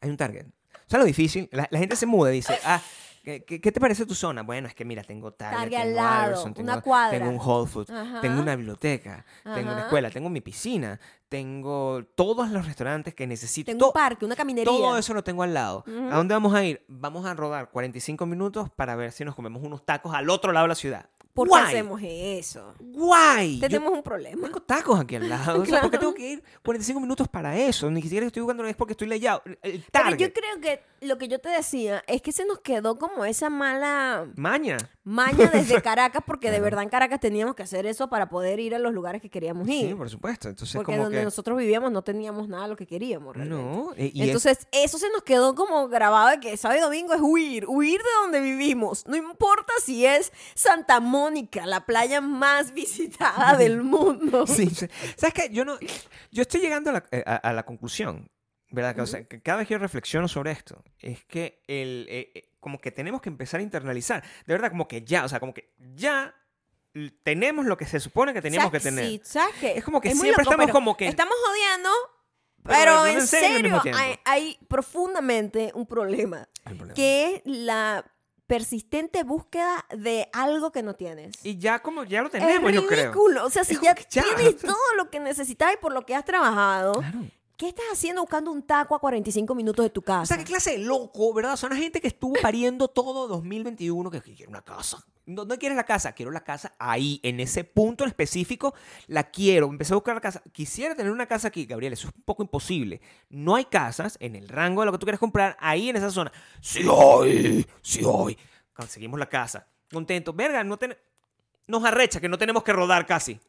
S2: Hay un target. O sea, lo difícil, la, la gente se muda y dice, ah, ¿qué, qué- qué te parece tu zona? Bueno, es que mira, tengo Target,
S1: Target al
S2: tengo
S1: lado,
S2: Iverson, tengo,
S1: una cuadra.
S2: tengo un Whole Foods,
S1: Ajá.
S2: tengo una biblioteca, tengo
S1: Ajá.
S2: una escuela, tengo mi piscina, tengo todos los restaurantes que necesito.
S1: Tengo un
S2: To-
S1: parque, una caminería.
S2: todo eso lo tengo al lado. ¿A dónde vamos a ir? Vamos a rodar 45 minutos para ver si nos comemos unos tacos al otro lado de la ciudad.
S1: ¿Por qué
S2: Guay.
S1: hacemos eso?
S2: ¡Guay! Yo
S1: Tenemos un problema.
S2: tengo tacos aquí al lado. O sea, ¿Por qué
S1: Claro.
S2: tengo que ir 45 minutos para eso? Ni siquiera estoy jugando es porque estoy leyado. El
S1: Pero
S2: target.
S1: yo creo que lo que yo te decía es que se nos quedó como esa mala
S2: Maña.
S1: maña desde Caracas, porque de verdad en Caracas teníamos que hacer eso para poder ir a los lugares que queríamos
S2: Sí,
S1: ir.
S2: por supuesto. Entonces,
S1: porque
S2: como
S1: donde
S2: que.
S1: nosotros vivíamos no teníamos nada de lo que queríamos. realmente.
S2: No. eh, y es-
S1: Entonces, eso se nos quedó como grabado de que sábado y domingo es huir, huir de donde vivimos. No importa si es Santa Mónica, la playa más visitada del mundo.
S2: Sí, sí. ¿Sabes qué? Yo, no, yo estoy llegando a la, eh, a- a la conclusión, ¿verdad? Que, o sea, que cada vez que yo reflexiono sobre esto, es que el, eh, eh, como que tenemos que empezar a internalizar. De verdad, como que ya, o sea, como que ya l- tenemos lo que se supone que teníamos que
S1: ¿Sabes?
S2: tener.
S1: Sí, ¿sabes qué?
S2: Es como que
S1: muy
S2: siempre estamos
S1: pero
S2: como que-
S1: Estamos odiando,
S2: Pero
S1: pero,
S2: no
S1: en,
S2: en serio al mismo
S1: serio
S2: tiempo.
S1: hay, hay profundamente un problema,
S2: No hay problema.
S1: que es la persistente búsqueda de algo que no tienes.
S2: Y ya como ya lo
S1: es
S2: tenemos, yo creo.
S1: ridículo. O sea, si ya,
S2: que ya,
S1: tienes
S2: o sea-
S1: todo lo que necesitas y por lo que has trabajado,
S2: Claro.
S1: ¿qué estás haciendo buscando un taco a 45 minutos de tu
S2: O
S1: casa?
S2: sea, qué clase de loco, ¿verdad? Son la gente que estuvo pariendo todo 2021 que, que quiere una casa. No, no quieres la casa, quiero la casa ahí, en ese punto en específico, la quiero. Empecé a buscar la casa. Quisiera tener una casa aquí, Gabriel, eso es un poco imposible. No hay casas en el rango de lo que tú quieres comprar ahí en esa zona. Sí hoy, sí hoy. Conseguimos la casa. Contento. Verga, no ten- nos arrecha que no tenemos que rodar casi.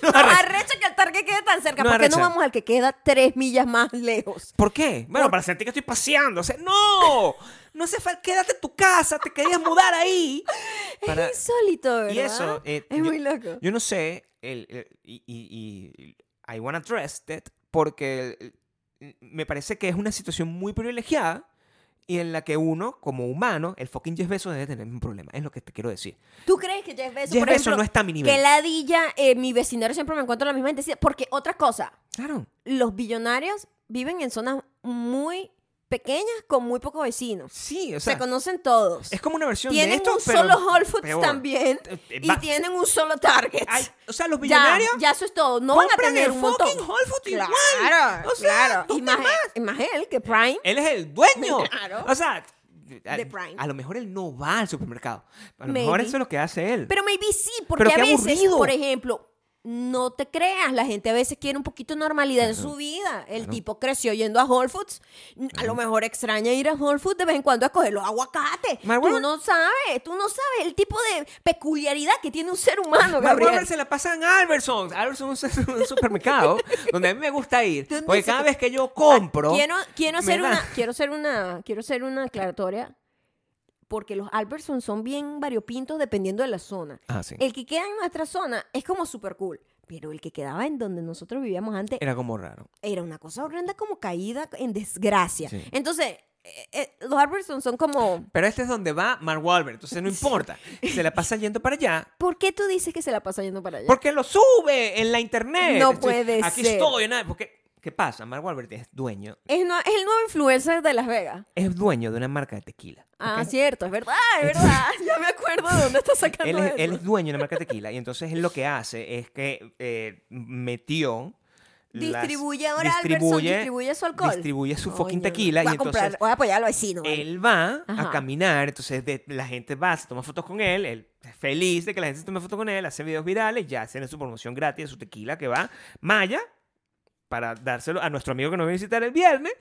S2: Nos
S1: No,
S2: arrecha.
S1: arrecha que el target quede tan cerca.
S2: No,
S1: ¿Por qué no
S2: arrecha.
S1: vamos al que queda tres millas más lejos?
S2: ¿Por qué? Bueno,
S1: Por-
S2: para sentir que estoy paseando. O sea, ¡No! No hace falta. Quédate en tu casa. Te querías mudar ahí. Para-
S1: Es insólito, ¿verdad?
S2: Y eso. eh,
S1: es
S2: yo,
S1: muy loco.
S2: yo no sé. el- el- y, y- y- I wanna address that. Porque el- me parece que es una situación muy privilegiada. Y en la que uno, como humano, el fucking Jeff Bezos debe tener un problema. Es lo que te quiero decir.
S1: ¿Tú crees que Jeff Bezos,
S2: Jeff
S1: por
S2: Bezos
S1: ejemplo,
S2: no está a mi nivel.
S1: que ladilla, eh, mi vecindario siempre me encuentro la misma gente? Porque otra cosa,
S2: Claro.
S1: los billonarios viven en zonas muy pequeñas con muy pocos vecinos.
S2: Sí, o
S1: Se
S2: sea.
S1: conocen todos.
S2: Es como una versión
S1: Tienen
S2: de esto,
S1: un
S2: pero
S1: solo Whole Foods
S2: peor.
S1: también
S2: Eh, eh,
S1: y
S2: va-
S1: tienen un solo Target.
S2: Ay, o sea, los
S1: ya,
S2: billonarios
S1: ya eso es todo. No van a
S2: compran
S1: tener
S2: el
S1: un montón.
S2: fucking Whole Foods
S1: Claro,
S2: igual. O sea,
S1: claro. Y
S2: ¿dónde
S1: más, e, y más él que Prime.
S2: Él es el dueño.
S1: Claro.
S2: O sea, a,
S1: De Prime.
S2: a lo mejor él no va al supermercado. A lo
S1: Maybe.
S2: mejor eso es lo que hace él.
S1: Pero maybe sí, porque
S2: Pero
S1: a
S2: qué
S1: veces,
S2: aburrido.
S1: por ejemplo, no te creas, la gente a veces quiere un poquito de normalidad en su vida. El tipo creció yendo a Whole Foods. N- A lo mejor extraña ir a Whole Foods de vez en cuando a coger los aguacates.
S2: Marwan-
S1: Tú no sabes, tú no sabes el tipo de peculiaridad que tiene un ser humano,
S2: Mark
S1: Gabriel.
S2: Wahlberg se la pasa en Albertsons. Albertsons es un supermercado donde a mí me gusta ir.
S1: ¿Dónde
S2: Porque
S1: se-
S2: cada vez que yo compro.
S1: Quiero, quiero
S2: me
S1: hacer
S2: da-
S1: una, quiero hacer una, quiero hacer una aclaratoria. Porque los Albertson son bien variopintos dependiendo de la zona.
S2: Ah, sí.
S1: El que queda en nuestra zona es como super cool. Pero el que quedaba en donde nosotros vivíamos antes
S2: Era como raro.
S1: era una cosa horrenda como caída en desgracia.
S2: Sí.
S1: Entonces, eh, eh, los Albertson son como,
S2: Pero este es donde va Mark Wahlberg. Entonces no importa. Se la pasa yendo para allá.
S1: ¿por qué tú dices que se la pasa yendo para allá?
S2: Porque lo sube en la internet.
S1: No
S2: Estoy-
S1: puede
S2: Aquí
S1: ser.
S2: estoy. nada, Porque, ¿Qué pasa? Mark Wahlberg es dueño.
S1: Es, no- es el nuevo influencer de Las Vegas.
S2: Es dueño de una marca de tequila.
S1: Ah,
S2: ¿ok?
S1: cierto, es verdad, es verdad. ya me acuerdo de dónde está
S2: él
S1: sacando
S2: es,
S1: eso.
S2: él es dueño de una marca de tequila y entonces él lo que hace es que eh, metió las-
S1: Distribuye ahora distribuye, distribuye su alcohol.
S2: distribuye su
S1: Coño,
S2: fucking tequila
S1: voy
S2: y
S1: a comprar-
S2: entonces
S1: voy a apoyar al vecino. vale.
S2: él va a
S1: Ajá.
S2: caminar entonces de- la gente va se toma fotos con él él es feliz de que la gente se tome fotos con él hace videos virales ya hacen su promoción gratis de su tequila que va Maya para dárselo a nuestro amigo que nos va a visitar el viernes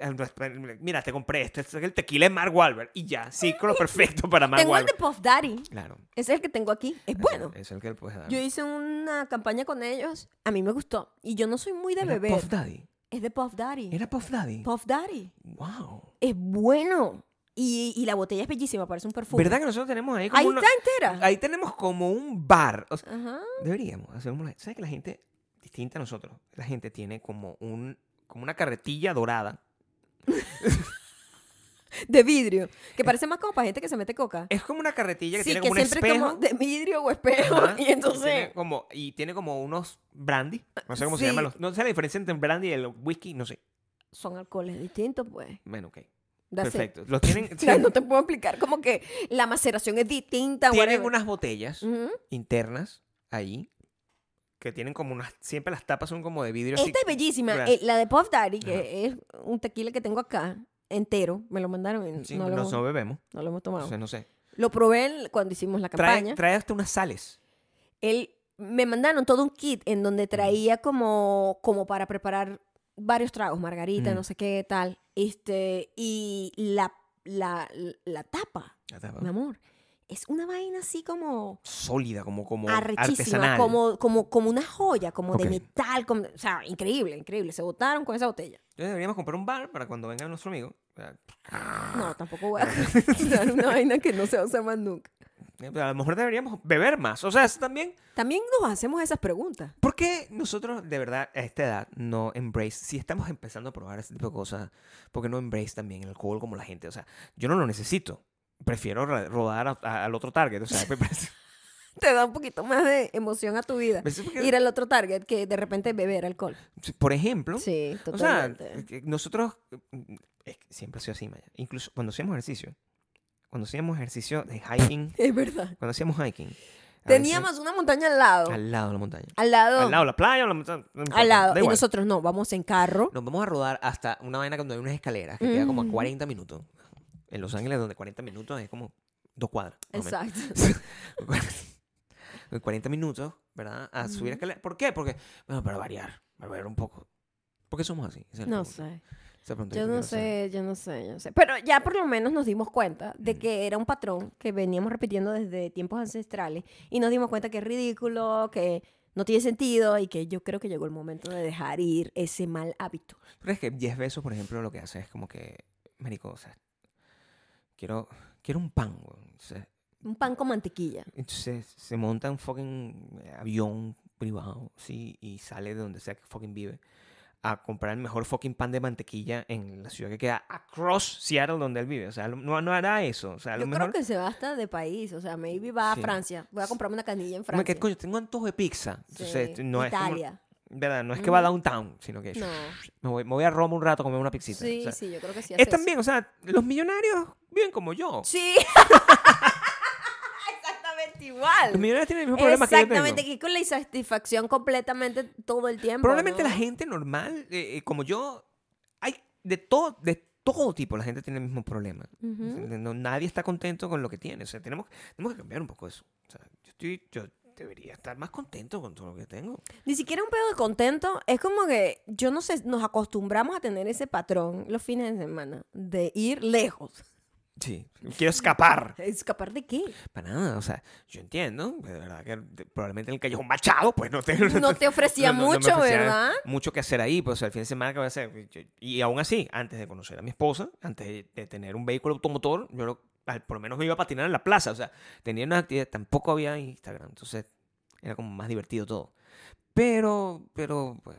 S2: a nuestra- mira te compré este, este es el tequila de Mark Wahlberg y ya ciclo perfecto para Mark
S1: Tengo el de
S2: Wahlberg
S1: Puff Daddy.
S2: claro
S1: Es el que tengo aquí. Es bueno.
S2: es el que le puedes dar.
S1: Yo hice una campaña con ellos. A mí me gustó. Y yo no soy muy de
S2: Era
S1: beber.
S2: Puff Daddy.
S1: Es de Puff Daddy.
S2: Era Puff Daddy.
S1: Puff Daddy.
S2: Wow.
S1: Es bueno. Y, y la botella es bellísima, parece un perfume.
S2: ¿Verdad que nosotros tenemos ahí como
S1: Ahí
S2: una-
S1: está entera.
S2: Ahí tenemos como un bar. O sea,
S1: Ajá.
S2: deberíamos hacer un... ¿Sabes que la gente, distinta a nosotros, la gente tiene como un como una carretilla dorada?
S1: De vidrio. Que parece más como para gente que se mete coca.
S2: Es como una carretilla Eh. que
S1: sí,
S2: tiene
S1: que
S2: como un
S1: siempre es
S2: espejo.
S1: como de vidrio o espejo.
S2: Ajá,
S1: Y entonces.
S2: tiene como, y tiene como unos brandy. No sé cómo se
S1: Sí.
S2: llaman los. No sé la diferencia entre brandy y el whisky. No sé.
S1: Son alcoholes distintos, pues.
S2: Bueno, ok.
S1: That's it.
S2: Perfecto. Los tienen.
S1: O sea, no te puedo explicar como que la maceración es distinta.
S2: tienen
S1: whatever. Mm.
S2: unas botellas.
S1: Ujú.
S2: internas ahí que tienen como unas siempre las tapas son como de vidrio así.
S1: Esta es bellísima.
S2: Claro.
S1: eh, la de Puff Daddy, que
S2: Ajá.
S1: es un tequila que tengo acá, entero. Me lo mandaron y
S2: Sí,
S1: no, lo,
S2: nos-
S1: hemos-
S2: no bebemos
S1: no lo hemos tomado.
S2: entonces no sé
S1: Lo probé en- cuando hicimos la
S2: Trae,
S1: campaña.
S2: trae hasta unas sales.
S1: Él, me mandaron todo un kit en donde traía como, como para preparar varios tragos, margarita,
S2: Mm.
S1: no sé qué tal. Este, y la, la, la tapa,
S2: Ah.
S1: mi amor, es una vaina así como
S2: Sólida, como, como
S1: arrechísima,
S2: artesanal.
S1: como, como, como una joya, como
S2: Ok.
S1: de metal, como- o sea, increíble, increíble. Se botaron con esa botella.
S2: Entonces deberíamos comprar un bar para cuando venga nuestro amigo. Eh,
S1: No, tampoco voy a dar una vaina que no se va a usar más nunca.
S2: eh, A lo mejor deberíamos beber más. O sea, eso también.
S1: También nos hacemos esas preguntas.
S2: ¿Por qué nosotros de verdad a esta edad no embrace? Si estamos empezando a probar este tipo de cosas, ¿por qué no embrace también el alcohol como la gente? O sea, yo no lo necesito. Prefiero ra- rodar a- a- al otro target. O sea, me parece-
S1: Te da un poquito más de emoción a tu vida.
S2: me parece porque-
S1: Ir al otro target que de repente beber alcohol.
S2: por ejemplo,
S1: Sí,
S2: O sea, eh,
S1: totalmente.
S2: que nosotros mm, es que siempre ha sido así, Maya. Incluso cuando hacíamos ejercicio, cuando hacíamos ejercicio de hiking,
S1: es verdad.
S2: cuando hacíamos hiking, a
S1: Teníamos una montaña al lado.
S2: veces-
S1: Al,
S2: al lado de la montaña,
S1: lado.
S2: al lado de la playa, o la montaña, no importa,
S1: al lado.
S2: da
S1: Y
S2: igual.
S1: nosotros no, vamos en carro.
S2: nos vamos a rodar hasta una vaina cuando hay unas escaleras que queda como a
S1: Mm.
S2: 40 minutos. En Los Ángeles, donde 40 minutos es como dos cuadras. más o menos.
S1: Exacto.
S2: En 40 minutos, ¿verdad? A
S1: Ujú.
S2: subir escaleras. ¿Por qué? Porque, bueno, para variar, para variar un poco. ¿Por qué somos así? Esa es la
S1: No
S2: pregunta.
S1: sé.
S2: Esa pregunta
S1: Yo
S2: quiero
S1: no
S2: hacer.
S1: sé, yo no sé, yo no sé. Pero ya por lo menos nos dimos cuenta de
S2: Mm.
S1: que era un patrón que veníamos repitiendo desde tiempos ancestrales y nos dimos cuenta que es ridículo, que no tiene sentido y que yo creo que llegó el momento de dejar ir ese mal hábito.
S2: ¿Tú crees que 10 besos, por ejemplo, lo que hace es como que, marico, o sea, quiero, quiero un pan, weón. O sea,
S1: Un pan con mantequilla.
S2: entonces se monta un fucking eh, avión privado, sí, y sale de donde sea que fucking vive a comprar el mejor fucking pan de mantequilla en la ciudad que queda across Seattle donde él vive. O sea, no, no hará eso. O sea, a lo
S1: Yo
S2: mejor...
S1: creo que se va hasta de país, o sea, maybe va
S2: Sí.
S1: a Francia. Voy a comprarme una canilla en
S2: Como
S1: Francia.
S2: que, coño, tengo antojo de pizza. Entonces,
S1: Sí.
S2: no es
S1: Italia.
S2: como- ¿verdad? No es que va a
S1: Ujú.
S2: downtown, sino que
S1: No.
S2: me, voy, me voy a Roma un rato a comer una
S1: Sí,
S2: pixita.
S1: sí,
S2: o sea,
S1: yo creo que sí. hace
S2: es
S1: eso.
S2: también, o sea, los millonarios viven como yo.
S1: Sí. Exactamente igual.
S2: Los millonarios tienen el mismo problema que yo tengo.
S1: Exactamente, que con la insatisfacción completamente todo el tiempo.
S2: Probablemente
S1: ¿no?
S2: la gente normal, eh, eh, como yo, hay de todo, de todo tipo, la gente tiene el mismo problema. O sea,
S1: Ujú.
S2: no- nadie está contento con lo que tiene. O sea, tenemos, tenemos que cambiar un poco eso. O sea, yo, estoy, yo debería estar más contento con todo lo que tengo.
S1: Ni siquiera un pedo de contento. Es como que, yo no sé, nos acostumbramos a tener ese patrón los fines de semana de ir lejos.
S2: Sí. Quiero escapar.
S1: ¿Escapar de qué?
S2: Para nada, o sea, yo entiendo, pues, de verdad que de- probablemente en el Callejón Machado, pues no te... no-
S1: No te ofrecía
S2: no- no me
S1: mucho,
S2: ofrecía
S1: ¿verdad?
S2: Mucho que hacer ahí, pues al fin de semana que voy a hacer. Yo- Y aún así, antes de conocer a mi esposa, antes de, de tener un vehículo automotor, yo lo- al- por lo menos me iba a patinar en la plaza, o sea, tenía una actividad, tampoco había Instagram, entonces era como más divertido todo. Pero, pero, pues,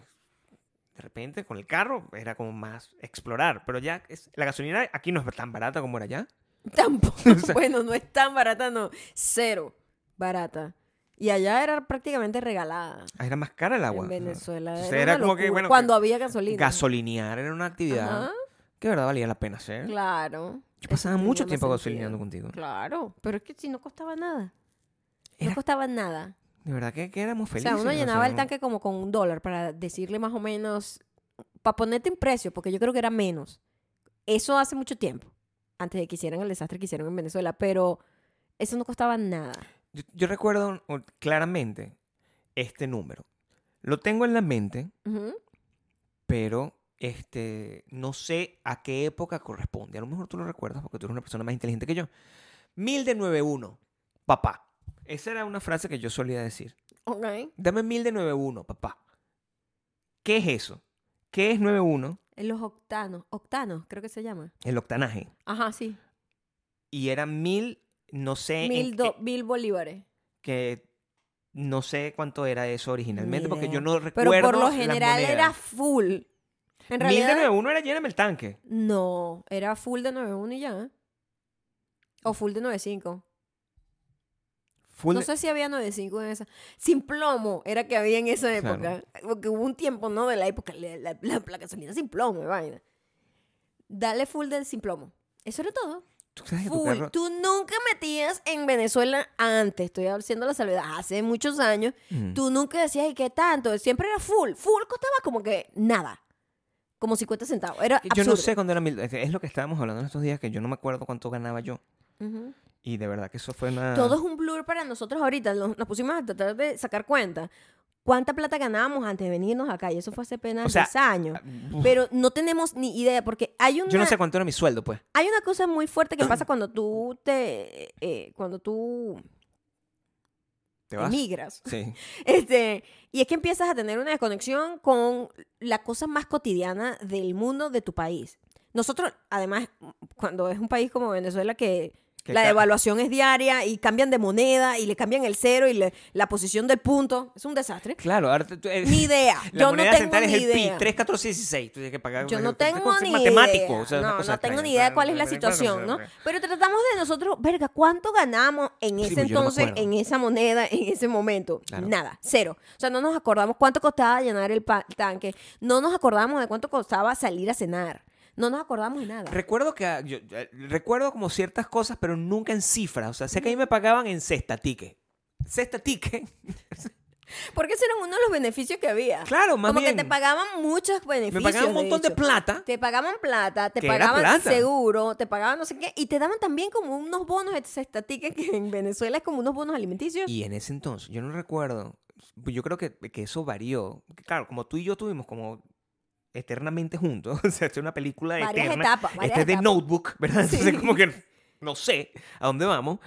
S2: de repente con el carro era como más explorar, pero ya es- la gasolina aquí no es tan barata como era allá.
S1: Tampoco.
S2: sea-
S1: bueno, no es tan barata, no. Cero barata. Y allá era prácticamente regalada.
S2: Ah, Era más cara el agua.
S1: en
S2: ¿no?
S1: Venezuela.
S2: Entonces,
S1: Era, como que,
S2: bueno,
S1: Cuando
S2: que-
S1: había gasolina.
S2: Gasolinear era una actividad
S1: Ajá,
S2: que de verdad valía la pena hacer.
S1: Claro.
S2: ¿eh?
S1: Este,
S2: Yo pasaba
S1: Eso tenía
S2: mucho
S1: más
S2: tiempo
S1: sentido.
S2: gasolineando contigo.
S1: Claro, pero es que si no costaba nada.
S2: Era-
S1: No costaba nada.
S2: De verdad que, que éramos felices.
S1: o sea, uno
S2: o sea,
S1: llenaba el
S2: no-
S1: tanque como con un dólar para decirle más o menos, para ponerte en precio, porque yo creo que era menos. Eso hace mucho tiempo, antes de que hicieran el desastre que hicieron en Venezuela, pero eso no costaba nada.
S2: Yo, yo recuerdo o- claramente este número. Lo tengo en la mente,
S1: Ujú.
S2: pero este, no sé a qué época corresponde. A lo mejor tú lo recuerdas porque tú eres una persona más inteligente que yo. Mil de 91, papá. Esa era una frase que yo solía decir.
S1: Ok.
S2: Dame mil de 91, papá. ¿Qué es eso? ¿Qué es 91?
S1: Los octanos, octanos, creo que se llama.
S2: El octanaje.
S1: Ajá, sí.
S2: y eran mil, no sé, Eh, en
S1: Mil,
S2: qué-
S1: do- mil bolívares.
S2: que no sé cuánto era eso originalmente, porque yo
S1: idea.
S2: no recuerdo.
S1: Pero por lo
S2: las
S1: general era
S2: monedas.
S1: full. En
S2: Mil de
S1: realidad,
S2: 91 era lléname el tanque.
S1: no, era full de 9.1 y ya. O full de 9.5.
S2: Full
S1: No
S2: de-
S1: sé si había 9.5 en esa. Sin plomo era que había en esa
S2: Claro.
S1: época. Porque hubo un tiempo, ¿no? De la época, la, la, la- la gasolina sin plomo, y vaina. Dale full del sin plomo. Eso era todo.
S2: ¿Tú sabes que tu
S1: Full.
S2: carro-
S1: Tú nunca metías en Venezuela antes, estoy haciendo la salvedad, hace muchos años,
S2: Mm.
S1: tú nunca decías, ¿y qué tanto? Siempre era full. Full costaba como que nada. Como 50 centavos. Era
S2: Yo no
S1: absurdo.
S2: sé cuándo era mil. Es lo que estábamos hablando en estos días, que yo no me acuerdo cuánto ganaba yo.
S1: Ujú.
S2: Y de verdad que eso fue una...
S1: Todo es un blur para nosotros ahorita. Nos, nos pusimos a tratar de sacar cuenta. ¿Cuánta plata ganábamos antes de venirnos acá? Y eso fue hace apenas
S2: O sea,
S1: 10 años.
S2: Ah, Uf,
S1: Pero no tenemos ni idea, porque hay una,
S2: Yo no sé cuánto era mi sueldo, pues.
S1: hay una cosa muy fuerte que pasa cuando tú te. eh, cuando tú
S2: ¿Te
S1: Eh,
S2: vas?
S1: emigras.
S2: Sí.
S1: Este, y es que empiezas a tener una desconexión con la cosa más cotidiana del mundo de tu país. Nosotros, además, cuando es un país como Venezuela que
S2: Que
S1: la
S2: ca-
S1: devaluación es diaria y cambian de moneda y le cambian el cero y le- la posición del punto, es un desastre.
S2: Claro, ahora tú- tú-
S1: Ni idea.
S2: La
S1: Yo no
S2: moneda
S1: tengo
S2: central
S1: ni
S2: es el
S1: idea.
S2: pi, 3, 14, 16. Tú tienes que pagar.
S1: Yo
S2: una-
S1: no
S2: una
S1: tengo
S2: cosa
S1: ni
S2: matemático,
S1: idea.
S2: o sea, una
S1: no,
S2: cosa
S1: no tengo
S2: extraña,
S1: ni idea de
S2: o sea,
S1: cuál es la
S2: bueno,
S1: situación, ¿no?
S2: o sea,
S1: Pero tratamos de nosotros, verga, ¿cuánto ganamos en
S2: Sí,
S1: ese
S2: pues yo no me
S1: entonces,
S2: acuerdo.
S1: en esa moneda, en ese momento?
S2: Claro.
S1: Nada, cero. O sea, no nos acordamos cuánto costaba llenar el pa- tanque, no nos acordamos de cuánto costaba salir a cenar, no nos acordamos de nada.
S2: Recuerdo que ah, yo, eh, recuerdo como ciertas cosas, pero nunca en cifras. O sea, sé que a mí me pagaban en cesta ticket. Cesta ticket.
S1: Porque ese era uno de los beneficios que había.
S2: Claro, más
S1: Ah, Como
S2: bien.
S1: que te pagaban muchos beneficios.
S2: me pagaban un montón de
S1: hecho.
S2: plata.
S1: Te pagaban plata, te
S2: Que era
S1: pagaban
S2: plata.
S1: seguro, te pagaban no sé qué, y te daban también como unos bonos este, estatiques que en Venezuela es como unos bonos alimenticios.
S2: Y en ese entonces, yo no recuerdo. pues, Yo creo que, que eso varió. Claro, como tú y yo tuvimos como eternamente juntos. O sea, es una película
S1: varias
S2: eterna.
S1: etapas, varias
S2: este es de
S1: etapas.
S2: notebook, ¿verdad?
S1: Sí.
S2: Entonces, como que no sé a dónde vamos.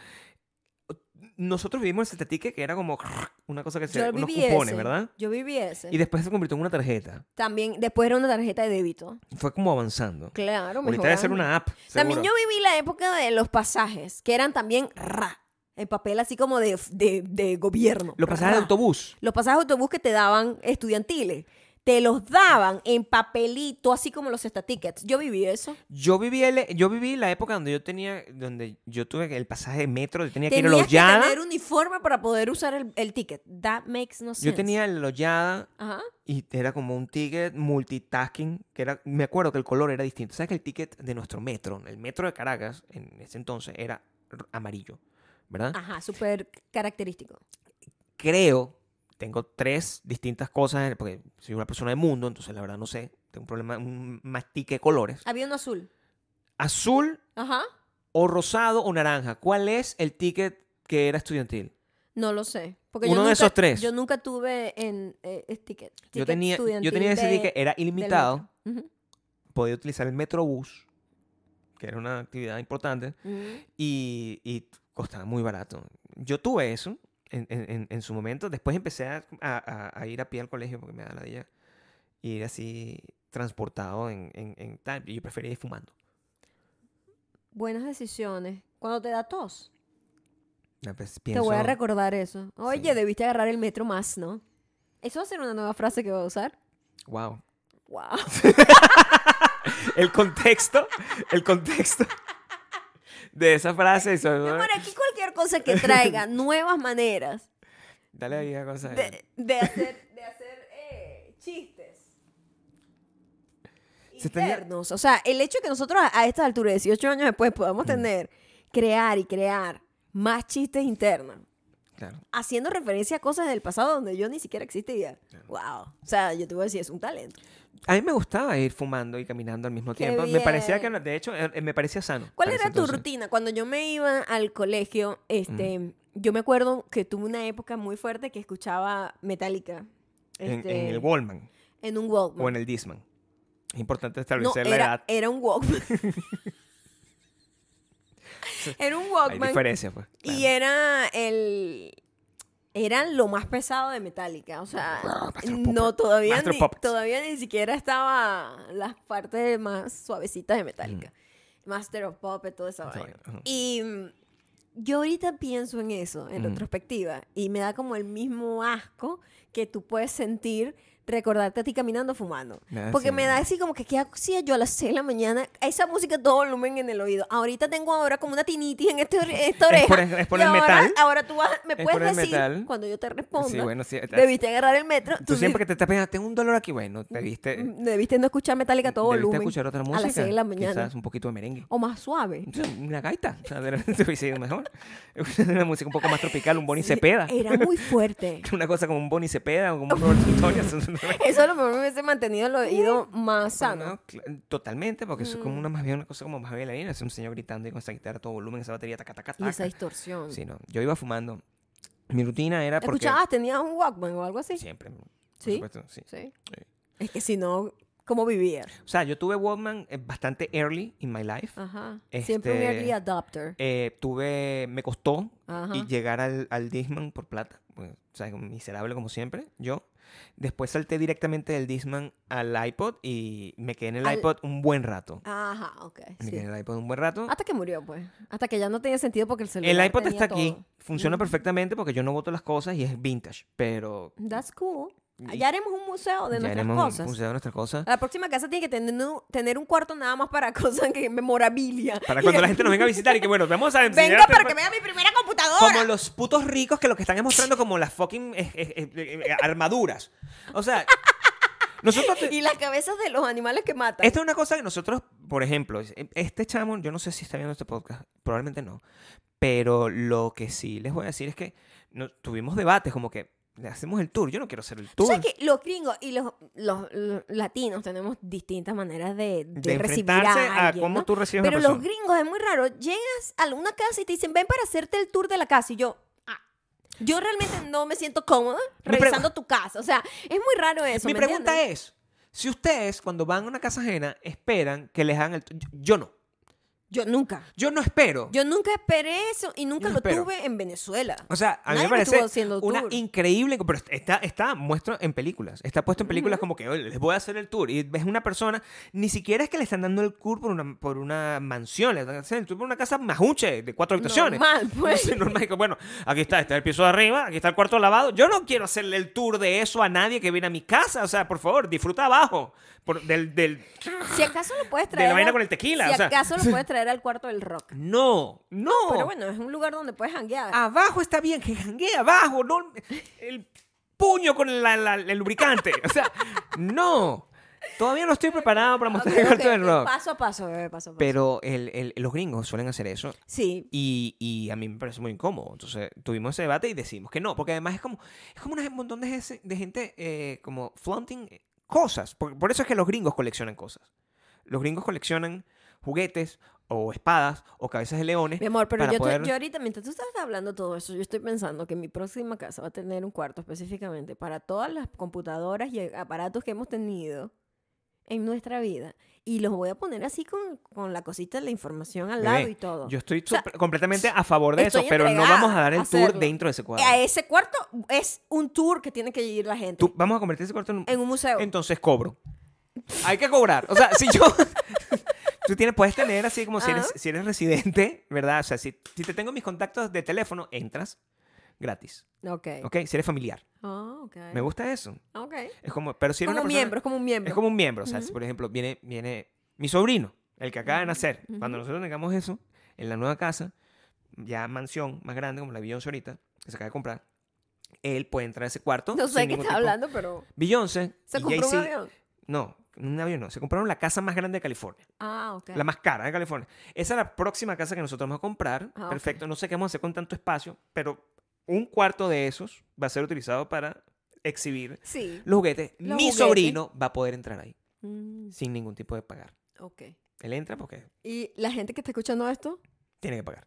S2: Nosotros vivimos el cetatique que era como una cosa que se.
S1: Yo
S2: unos
S1: viví
S2: cupones,
S1: ese,
S2: ¿verdad?
S1: Yo viví ese.
S2: Y después se convirtió en una tarjeta.
S1: También después era una tarjeta de débito.
S2: Fue como avanzando.
S1: Claro,
S2: Ahorita debe ser
S1: mejorando.
S2: una app.
S1: También yo
S2: seguro.
S1: viví la época de los pasajes, que eran también ra, en papel así como de, de, de gobierno.
S2: Lo pasaba de
S1: ra.
S2: autobús.
S1: Los pasajes de autobús que te daban estudiantiles. Te los daban en papelito, así como los estatickets. Yo viví eso.
S2: Yo viví, el- yo viví la época donde yo tenía, donde yo tuve el pasaje de metro, yo tenía que ir a la
S1: Tenías que
S2: hollada.
S1: tener uniforme para poder usar el, el ticket. That makes no sense.
S2: Yo tenía la hollada
S1: Ajá.
S2: y era como un ticket multitasking, que era, me acuerdo que el color era distinto. ¿Sabes que el ticket de nuestro metro, el metro de Caracas, en ese entonces era r- amarillo, ¿verdad?
S1: Ajá, súper característico.
S2: Creo, tengo tres distintas cosas, porque soy una persona de mundo, entonces la verdad no sé, tengo un problema, un mastique de colores.
S1: Había uno azul.
S2: Azul
S1: Ajá.
S2: o rosado o naranja, ¿cuál es el ticket que era estudiantil?
S1: No lo sé. Porque yo
S2: Uno de
S1: nunca-
S2: esos tres.
S1: Yo nunca tuve en eh, es ticket,
S2: Yo
S1: ticket
S2: tenía, yo
S1: estudiantil
S2: tenía ese
S1: de-
S2: ticket, era ilimitado,
S1: del metro.
S2: podía utilizar el Metrobús, que era una actividad importante.
S1: Ujú, ujú.
S2: y, y costaba muy barato. Yo tuve eso en, en- en- en su momento. Después empecé a, a- a- a ir a pie al colegio porque me da la idea. Y ir así transportado en, en- en tal. Y yo prefería ir fumando.
S1: Buenas decisiones. Cuando te da tos,
S2: Ya, pues,
S1: te voy a
S2: pienso-
S1: recordar eso. Oye,
S2: Sí.
S1: debiste agarrar el metro más, ¿no? Eso va a ser una nueva frase que voy a usar.
S2: Wow.
S1: Wow.
S2: El contexto. el contexto. De esa frase. eso-
S1: Amor, aquí cualquier cosa que traiga nuevas maneras
S2: Dale ahí a cosa.
S1: de, de hacer, de hacer eh, chistes.
S2: Se tenía- Mm.
S1: Internos. O sea, el hecho de que nosotros a, a esta altura, 18 años después, podamos tener, crear y crear más chistes internos,
S2: Claro.
S1: haciendo referencia a cosas del pasado donde yo ni siquiera existía. Wow. O sea, yo te voy a decir, es un talento.
S2: A mí me gustaba ir fumando y caminando al mismo
S1: Qué
S2: tiempo. Me parecía que,
S1: bien.
S2: de hecho, eh, me parecía sano.
S1: ¿Cuál
S2: para ese
S1: era tu
S2: entonces. Mm.
S1: rutina? Cuando yo me iba al colegio, este, yo me acuerdo que tuve una época muy fuerte que escuchaba Metallica.
S2: En-
S1: este,
S2: en el Wallman.
S1: en un Walkman.
S2: o en el Disman. Es importante
S1: No,
S2: establecer la
S1: era,
S2: edad.
S1: era un Walkman. era un
S2: Hay
S1: Walkman.
S2: diferencias, pues. claro.
S1: Y era el. Era lo más pesado de Metallica. O sea,
S2: Master of
S1: no,
S2: Puppets.
S1: todavía
S2: Master of
S1: ni,
S2: Puppets.
S1: todavía ni siquiera estaba las partes más suavecitas de Metallica. Master of Puppets, toda esa
S2: Esa
S1: vaina.
S2: vaina, ajá.
S1: Y mm, yo ahorita pienso en eso, en
S2: Ujú.
S1: retrospectiva, y me da como el mismo asco que tú puedes sentir recordarte a ti caminando fumando.
S2: Me da
S1: Porque
S2: ese-
S1: me da así como que, ¿qué hacía yo a las 6 de la mañana? Esa música a todo volumen en el oído. Ahorita tengo ahora como una tinitis en este, ore- esta
S2: Es
S1: oreja.
S2: por el- es por
S1: Y
S2: el
S1: ahora-
S2: metal.
S1: Ahora tú vas- me
S2: Es
S1: puedes
S2: por el
S1: decir,
S2: metal.
S1: cuando yo te responda,
S2: Sí, bueno, sí.
S1: debiste agarrar el metro.
S2: Tú siempre que
S1: di-
S2: te estás pegando, tengo un dolor aquí, bueno, te viste. Debiste
S1: Debiste no escuchar Metallica a Mm, todo volumen.
S2: escuchar otra música.
S1: A las 6 de la mañana.
S2: Quizás un poquito de merengue.
S1: O más suave.
S2: Una gaita. O sea, de repente hubiese ido mejor. Una música un poco más tropical, un Bonnie Cepeda.
S1: Era muy fuerte.
S2: Una cosa como un Bonnie Cepeda o como un Roberto Antonio.
S1: Eso a lo mejor me hubiese mantenido el oído más sano. Mm.
S2: No, cl- totalmente, porque eso es como una, más bien una cosa como más bailarina. Es un señor gritando y con esa guitarra a todo volumen, esa batería, taca, taca,
S1: Y
S2: taca.
S1: esa distorsión.
S2: Sí, no. Yo iba fumando. Mi rutina era porque...
S1: ¿Escuchabas? ¿Tenías un Walkman o algo así? Sí.
S2: Siempre. por
S1: ¿Sí?
S2: supuesto, sí. Sí.
S1: Es que si no, ¿cómo vivía?
S2: O sea, yo tuve Walkman eh, bastante early in my life.
S1: Ajá. Siempre un
S2: Este-
S1: early adopter.
S2: Eh, tuve, me costó
S1: Ajá.
S2: y llegar al, al Disman por plata. Bueno, o sea, miserable como siempre, yo. Después salté directamente del Disman al iPod y me quedé en el
S1: Al-
S2: iPod un buen rato.
S1: Ajá, ok.
S2: Me
S1: sí.
S2: quedé en el iPod un buen rato.
S1: Hasta que murió, pues. Hasta que ya no tenía sentido porque el celular.
S2: El iPod
S1: tenía
S2: está aquí,
S1: todo.
S2: funciona
S1: Ujú.
S2: perfectamente porque yo no boto las cosas y es vintage, pero
S1: That's cool. Ah,
S2: Y-
S1: Ya haremos un museo de
S2: ya
S1: nuestras
S2: haremos un-
S1: cosas.
S2: un museo de nuestras cosas.
S1: La próxima casa tiene que tener un, tener un cuarto nada más para cosas que memorabilia.
S2: Para cuando la gente nos venga a visitar y que bueno, vamos a enseñar
S1: Venga
S2: a-
S1: para que vea mi primera computadora.
S2: Como los putos ricos que lo que están es mostrando como las fucking eh, eh, eh, eh, armaduras. O sea, nosotros... te-
S1: Y las cabezas de los animales que matan.
S2: Esta es una cosa que nosotros, por ejemplo, este chamo, yo no sé si está viendo este podcast, probablemente no, pero lo que sí les voy a decir es que no- tuvimos debates como que le hacemos el tour, yo no quiero hacer el
S1: Tú
S2: tour.
S1: sabes que los gringos y los, los, los latinos tenemos distintas maneras de, de
S2: de
S1: recibir
S2: enfrentarse
S1: a
S2: a,
S1: alguien,
S2: cómo
S1: ¿no?
S2: tú recibes a
S1: Pero
S2: una
S1: los
S2: persona.
S1: gringos es muy raro. Llegas a una casa y te dicen, ven para hacerte el tour de la casa. Y yo, "Ah". yo realmente no me siento cómoda
S2: Mi pregu-
S1: revisando tu casa. O sea, es muy raro eso.
S2: Mi
S1: ¿me
S2: pregunta
S1: entiendes?
S2: es, si ustedes cuando van a una casa ajena esperan que les hagan el tour, yo, yo no,
S1: Yo nunca.
S2: yo no espero.
S1: Yo nunca esperé eso y nunca
S2: Yo
S1: lo
S2: espero.
S1: tuve en Venezuela.
S2: O sea, a mí
S1: Nadie
S2: me
S1: me estuvo
S2: parece
S1: haciendo
S2: una
S1: tour.
S2: increíble. Pero está, está muestro en películas. Está puesto en películas como que "Oye, les voy a hacer el tour. Y ves una persona, ni siquiera es que le están dando el tour por una, por una mansión, le están haciendo el tour por una casa majuche de cuatro habitaciones.
S1: Normal, pues.
S2: No sé, normal, que, Bueno, aquí está, está el piso de arriba, aquí está el cuarto lavado. Yo no quiero hacerle el tour de eso a nadie que viene a mi casa. O sea, por favor, disfruta abajo. por- del, del-
S1: Si acaso lo puedes
S2: De la
S1: traer.
S2: vaina
S1: al-
S2: con el tequila,
S1: Si
S2: o sea.
S1: acaso lo puedes traer al cuarto del rock.
S2: No, no. Ah,
S1: Pero bueno, es un lugar donde puedes hanguear.
S2: Abajo está bien, que janguee abajo, no el puño con la- la- el lubricante. O sea, no. Todavía no estoy preparado para
S1: Ok,
S2: mostrar el cuarto
S1: ok,
S2: del rock.
S1: Paso a paso, bebé, paso a paso.
S2: Pero el- el- los gringos suelen hacer eso
S1: sí.
S2: y, y a mí me parece muy incómodo. Entonces tuvimos ese debate y decidimos que no, porque además es como, es como un montón de, ese- de gente eh, como flaunting cosas. Por, por eso es que los gringos coleccionan cosas. Los gringos coleccionan juguetes o espadas o cabezas de leones.
S1: Mi amor, pero
S2: para
S1: yo, te-
S2: poder-
S1: yo ahorita, mientras tú estás hablando todo eso, yo estoy pensando que mi próxima casa va a tener un cuarto específicamente para todas las computadoras y aparatos que hemos tenido en nuestra vida. Y los voy a poner así con, con la cosita de la información al
S2: Bebé,
S1: lado y todo.
S2: Yo estoy
S1: sea,
S2: super- completamente a favor de eso,
S1: estoy
S2: pero no
S1: entregada
S2: vamos a dar el
S1: a
S2: tour
S1: hacerlo. Eh,
S2: dentro de ese cuadro.
S1: A ese cuarto es un tour que tiene que ir la gente.
S2: Tú- vamos a convertir ese cuarto en un...
S1: En un museo.
S2: Entonces cobro. Hay que cobrar. O sea, si yo... Tú tienes, puedes tener así como si eres,
S1: Ajá.
S2: si eres residente, ¿verdad? O sea, si, si te tengo mis contactos de teléfono, entras gratis.
S1: ok.
S2: ¿Ok? Si eres familiar.
S1: Ah, ok.
S2: Me gusta eso.
S1: Ok.
S2: Es como... Pero si eres
S1: Como
S2: una persona-
S1: miembro, es como un miembro.
S2: Es como un miembro. O sea, si, por ejemplo, viene, viene mi sobrino, el que acaba de nacer. Cuando nosotros tengamos eso, en la nueva casa, ya mansión más grande, como la de Beyoncé ahorita, que se acaba de comprar, él puede entrar a ese cuarto.
S1: No sé de
S2: sin
S1: qué
S2: ningún
S1: estás
S2: tipo-
S1: hablando, pero...
S2: Beyoncé.
S1: ¿Se
S2: y
S1: compró un
S2: Jay-Z-
S1: avión?
S2: No, un avión no. Se compraron la casa más grande de California.
S1: Ah, ok.
S2: La más cara de California. Esa es la próxima casa que nosotros vamos a comprar.
S1: Ah, ok.
S2: Perfecto. No sé qué vamos a hacer con tanto espacio, pero un cuarto de esos va a ser utilizado para exhibir
S1: Sí.
S2: los juguetes.
S1: Los
S2: Mi
S1: juguetes.
S2: sobrino va a poder entrar ahí
S1: Mm,
S2: sin ningún tipo de pagar.
S1: ok.
S2: Él entra porque
S1: Y la gente que está escuchando esto
S2: tiene que pagar.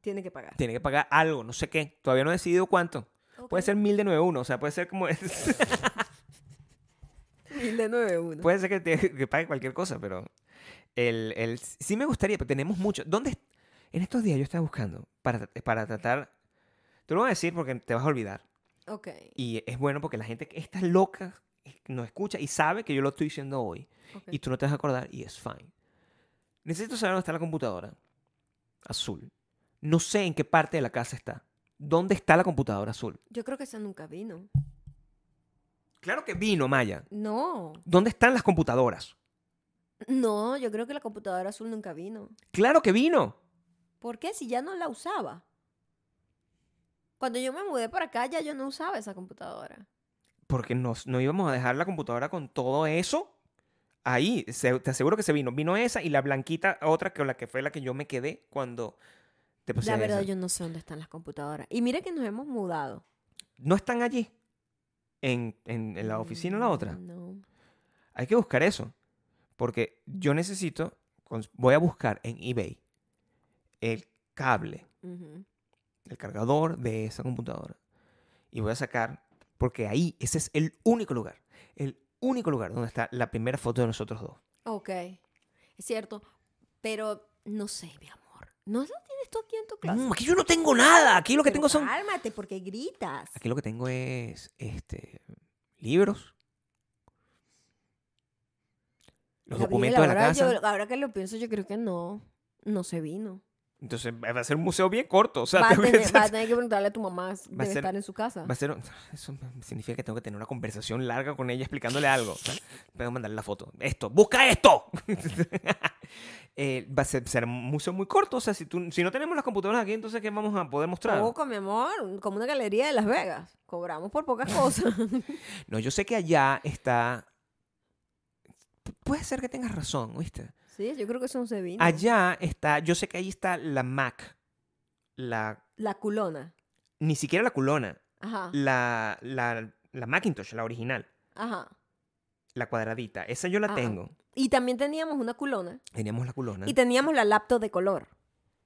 S1: tiene que pagar.
S2: Tiene que pagar algo, no sé qué. Todavía no he decidido cuánto. Puede ser mil de nueve uno, o sea, puede ser como...
S1: Mil de 91.
S2: puede ser que, te- que pague cualquier cosa, pero... El, el- sí me gustaría, pero tenemos mucho. ¿Dónde? est- En estos días yo estaba buscando para, para tratar... Te lo voy a decir porque te vas a olvidar.
S1: ok.
S2: Y es bueno porque la gente que está loca nos escucha y sabe que yo lo estoy diciendo hoy.
S1: ok.
S2: Y tú no te vas a acordar y es fine. Necesito saber dónde está la computadora. Azul. No sé en qué parte de la casa está. ¿Dónde está la computadora azul?
S1: Yo creo que esa nunca vino.
S2: Claro que vino, Maya.
S1: No.
S2: ¿Dónde están las computadoras?
S1: No, yo creo que la computadora azul nunca vino.
S2: Claro que vino.
S1: ¿Por qué? Si ya no la usaba. Cuando yo me mudé para acá, ya yo no usaba esa computadora.
S2: Porque nos, no íbamos a dejar la computadora con todo eso. Ahí, se- te aseguro que se vino. Vino esa y la blanquita, otra que la que fue la que yo me quedé cuando te puse
S1: la verdad,
S2: esa.
S1: yo no sé dónde están las computadoras. Y mira que nos hemos mudado.
S2: No están allí. en, en- en la oficina o la otra.
S1: Mm, No.
S2: Hay que buscar eso. Porque yo necesito, cons- voy a buscar en eBay el cable,
S1: Ujú.
S2: el cargador de esa computadora. Y voy a sacar, porque ahí ese es el único lugar, el único lugar donde está la primera foto de nosotros dos.
S1: Ok. Es cierto. Pero no sé, mi amor. No lo tienes tú aquí en tu clase.
S2: No, aquí yo no tengo nada. Aquí lo Mm, que tengo son...
S1: Cálmate, porque gritas.
S2: Aquí lo que tengo es este libros. Los
S1: Gabriel,
S2: documentos de la
S1: ahora
S2: casa.
S1: yo- ahora que lo pienso, yo creo que no. No se vino.
S2: Entonces va a ser un museo bien corto. O sea,
S1: va, a
S2: tengo que-
S1: tener, va a tener que preguntarle a tu mamá. si
S2: Va a
S1: Debe
S2: ser-
S1: estar en su casa.
S2: va a ser un- ah, Eso significa que tengo que tener una conversación larga con ella explicándole algo. Tengo que mandarle la foto. Esto, busca esto. Eh, va a ser, será un museo muy corto. O sea, si, tú, si no tenemos las computadoras aquí, entonces ¿qué vamos a poder mostrar?
S1: Poco, mi amor. Como una galería de Las Vegas. Cobramos por pocas cosas.
S2: No, yo sé que allá está... Pu- Puede ser que tengas razón, ¿oíste?
S1: sí, yo creo que eso no se vino.
S2: Allá está, yo sé que ahí está la Mac, la,
S1: La culona.
S2: ni siquiera la culona,
S1: Ajá.
S2: la, la, la Macintosh, la original,
S1: Ajá.
S2: la cuadradita, esa yo la
S1: Ah, ah.
S2: tengo.
S1: Y también teníamos una culona.
S2: Teníamos la culona,
S1: Y teníamos la laptop de color.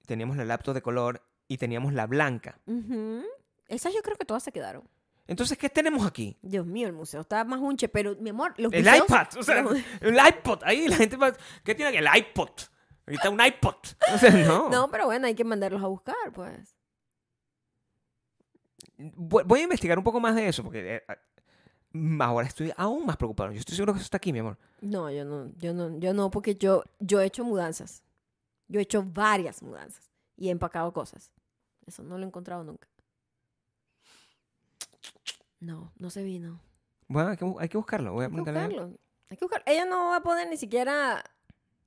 S2: teníamos la laptop de color y teníamos la blanca.
S1: Ujú. Esas yo creo que todas se quedaron.
S2: Entonces, ¿qué tenemos aquí?
S1: Dios mío, el museo está más unche, pero mi amor, los
S2: El
S1: museos-
S2: iPad, o sea,
S1: los-
S2: el iPod, ahí la gente va, ¿qué tiene aquí? El iPod, ahí está un iPod. O sea, no.
S1: No, pero bueno, hay que mandarlos a buscar, pues.
S2: Voy voy a investigar un poco más de eso, porque eh, ah, ahora estoy aún más preocupado. Yo estoy seguro que eso está aquí, mi amor.
S1: No, yo no, yo no, yo no, porque yo, yo he hecho mudanzas. Yo he hecho varias mudanzas y he empacado cosas. Eso no lo he encontrado nunca. No, no se vino.
S2: Bueno, hay que, bu- hay que buscarlo. Voy a
S1: Hay que
S2: preguntarle a-
S1: buscarlo. Hay que buscarlo. Ella no va a poder ni siquiera.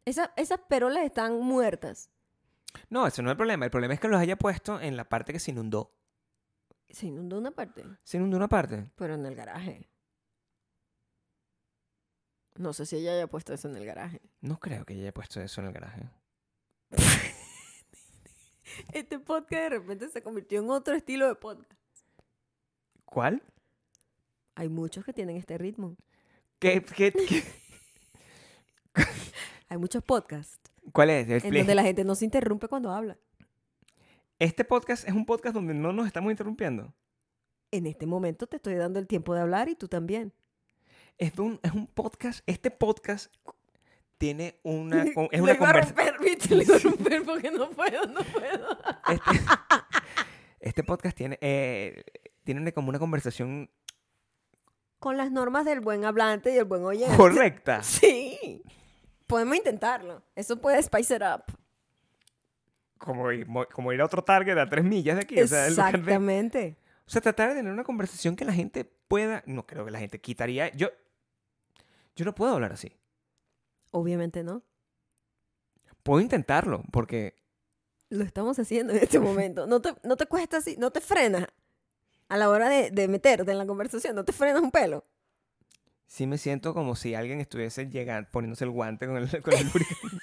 S1: Esa- esas perolas están muertas.
S2: No, ese no es el problema. El problema es que los haya puesto en la parte que se inundó.
S1: Se inundó una parte,
S2: Se inundó una parte.
S1: pero en el garaje. No sé si ella haya puesto eso en el garaje.
S2: No creo que haya puesto eso en el garaje.
S1: Este podcast de repente se convirtió en otro estilo de podcast.
S2: ¿Cuál?
S1: Hay muchos que tienen este ritmo.
S2: ¿Qué, qué- qué-
S1: Hay muchos podcasts
S2: cuál es? El-
S1: en donde la gente no se interrumpe cuando habla.
S2: Este podcast es un podcast donde no nos estamos interrumpiendo.
S1: En este momento te estoy dando el tiempo de hablar y tú también.
S2: Es un, es un podcast. Este podcast tiene una. Ah, con- Es
S1: Lo
S2: una
S1: iba a
S2: conversación.
S1: romper, bicho, lo iba a romper porque no puedo, no puedo.
S2: Este, este podcast tiene. eh, tiene una- como una conversación
S1: Con las normas del buen hablante y el buen oyente.
S2: correcta.
S1: Sí. Podemos intentarlo. Eso puede spice it up.
S2: Como ir, mo- como ir a otro target a tres millas de aquí. O sea, en lugar de-
S1: Exactamente.
S2: O sea, tratar de tener una conversación que la gente pueda. No creo que la gente quitaría. Yo. Yo no puedo hablar así.
S1: Obviamente no.
S2: Puedo intentarlo, porque.
S1: Lo estamos haciendo en este momento. No te, no te cuesta así, no te frenas. A la hora de, de meterte en la conversación, no te frenas un pelo.
S2: Sí me siento como si alguien estuviese llegando, poniéndose el guante con el, con el lubricante.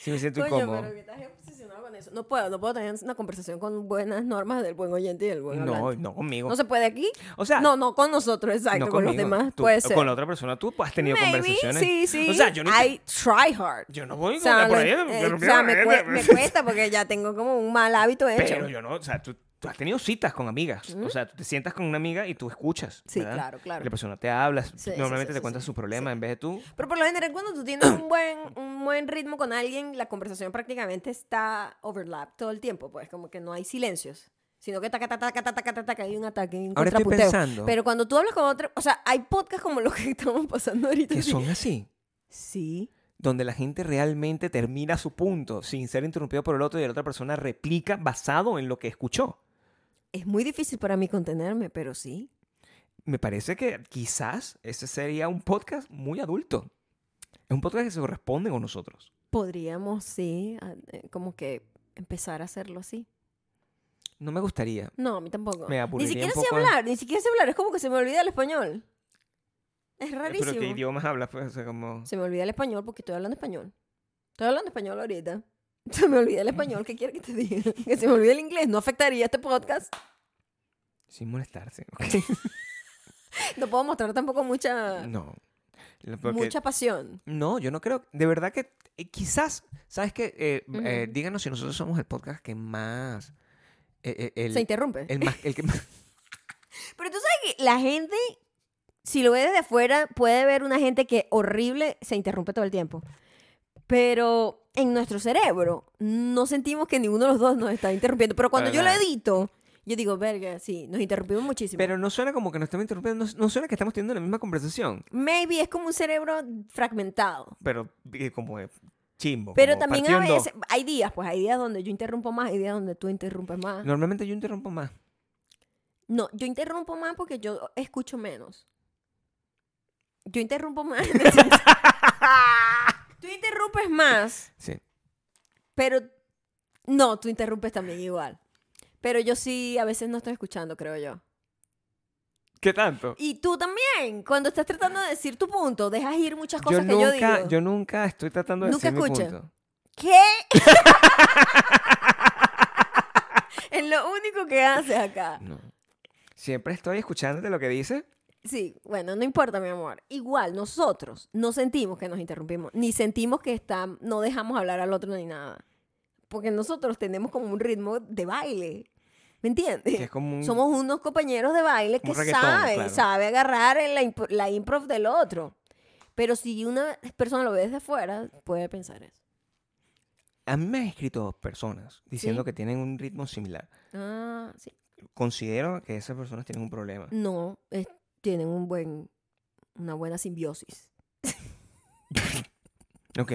S2: Sí me siento
S1: Coño,
S2: incómodo.
S1: pero que estás obsesionado con eso. No puedo, no puedo tener una conversación con buenas normas del buen oyente y del buen
S2: No,
S1: hablante.
S2: no conmigo.
S1: No se puede aquí.
S2: o sea,
S1: No, no con nosotros, exacto.
S2: no
S1: con los
S2: conmigo.
S1: demás
S2: Tú-
S1: puede
S2: o
S1: ser.
S2: Con la otra persona tú has tenido
S1: Maybe,
S2: conversaciones.
S1: Sí, sí.
S2: O sea, yo no,
S1: I try hard.
S2: yo no voy
S1: O sea,
S2: con por
S1: lo-
S2: ahí.
S1: eh, o sea, me, cue- me cuesta porque ya tengo como un mal hábito hecho.
S2: Pero yo no, o sea, tú, tú has tenido citas con amigas. O sea, tú te sientas con una amiga y tú escuchas.
S1: sí,
S2: ¿verdad?
S1: claro, claro.
S2: La persona te habla,
S1: Sí, sí, sí,
S2: normalmente
S1: sí,
S2: te cuenta
S1: sí,
S2: su problema en vez de tú.
S1: Pero por lo general, cuando tú tienes un buen, un buen ritmo con alguien, la conversación prácticamente está overlap todo el tiempo, pues como que no hay silencios, sino que taca, taca, taca, taca, taca, taca, hay un ataque, hay un
S2: Ahora estoy
S1: contrapunteo.
S2: pensando.
S1: Pero cuando tú hablas con otro, o sea, hay podcasts como los que estamos pasando ahorita.
S2: Que
S1: sí.
S2: son así,
S1: Sí.
S2: donde la gente realmente termina su punto sin ser interrumpido por el otro y la otra persona replica basado en lo que escuchó.
S1: Es muy difícil para mí contenerme, pero sí.
S2: Me parece que quizás ese sería un podcast muy adulto. Es un podcast que se corresponde con nosotros.
S1: Podríamos, sí, a- eh, como que empezar a hacerlo así.
S2: No me gustaría.
S1: No, a mí tampoco.
S2: Me
S1: ni
S2: aburriría
S1: siquiera
S2: un
S1: sé
S2: poco.
S1: hablar, ni siquiera sé hablar. Es como que se me olvida el español. Es
S2: Pero qué
S1: rarísimo.
S2: idiomas hablas, pues, o sea, como...
S1: Se me olvida el español porque estoy hablando español. Estoy hablando español ahorita. Se me olvida el español. ¿Qué quiere que te diga? Que se me olvide el inglés. ¿No afectaría este podcast?
S2: Sin molestarse. ¿ok?
S1: No puedo mostrar tampoco mucha,
S2: No. Lo- Mm, porque-
S1: mucha pasión.
S2: No, yo no creo. De verdad que eh, quizás, ¿sabes qué? Eh,
S1: Ujú.
S2: eh, díganos si nosotros somos el podcast que más. eh, eh, el,
S1: Se interrumpe.
S2: el más- el que más-
S1: Pero tú sabes que la gente, si lo ve desde afuera, puede ver una gente que horrible se interrumpe todo el tiempo. Pero en nuestro cerebro no sentimos que ninguno de los dos nos está interrumpiendo. Pero cuando yo lo
S2: ¿Verdad?
S1: edito, yo digo, verga, sí, nos interrumpimos muchísimo.
S2: Pero no suena como que nos estamos interrumpiendo, no, no suena que estamos teniendo la misma conversación,
S1: Maybe es como un cerebro fragmentado.
S2: pero eh, como eh, chimbo.
S1: Pero
S2: como
S1: también
S2: partido
S1: a
S2: en dos.
S1: veces, hay días, pues hay días donde yo interrumpo más, hay días donde tú interrumpes más. No,
S2: Normalmente yo interrumpo más.
S1: yo interrumpo más porque yo escucho menos. Yo interrumpo más. en el sentido- tú interrumpes más
S2: Sí.
S1: Pero no, tú interrumpes también igual. Pero yo sí, a veces no estoy escuchando, creo yo.
S2: ¿Qué tanto?
S1: Y tú también, cuando estás tratando de decir tu punto, dejas ir muchas
S2: Yo
S1: cosas que yo
S2: nunca,
S1: digo.
S2: yo, nunca estoy tratando de
S1: Nunca
S2: decir mi
S1: escucha.
S2: punto.
S1: ¿Qué? es lo único que haces acá.
S2: No. Siempre estoy escuchándote lo que dices.
S1: Sí, bueno, no importa, mi amor. Igual, nosotros no sentimos que nos interrumpimos, ni sentimos que está, no dejamos hablar al otro ni nada. Porque nosotros tenemos como un ritmo de baile. ¿Me entiendes?
S2: Que es como un-
S1: Somos unos compañeros de baile que
S2: Como reggaetón,
S1: saben,
S2: claro.
S1: sabe agarrar el- la, imp- la improv del otro. Pero si una persona lo ve desde afuera, puede pensar eso.
S2: A mí me han escrito personas diciendo
S1: Sí.
S2: que tienen un ritmo similar.
S1: Ah, sí.
S2: Considero que esas personas tienen un problema.
S1: No, es- tienen un buen, una buena simbiosis. Mm.
S2: Ok.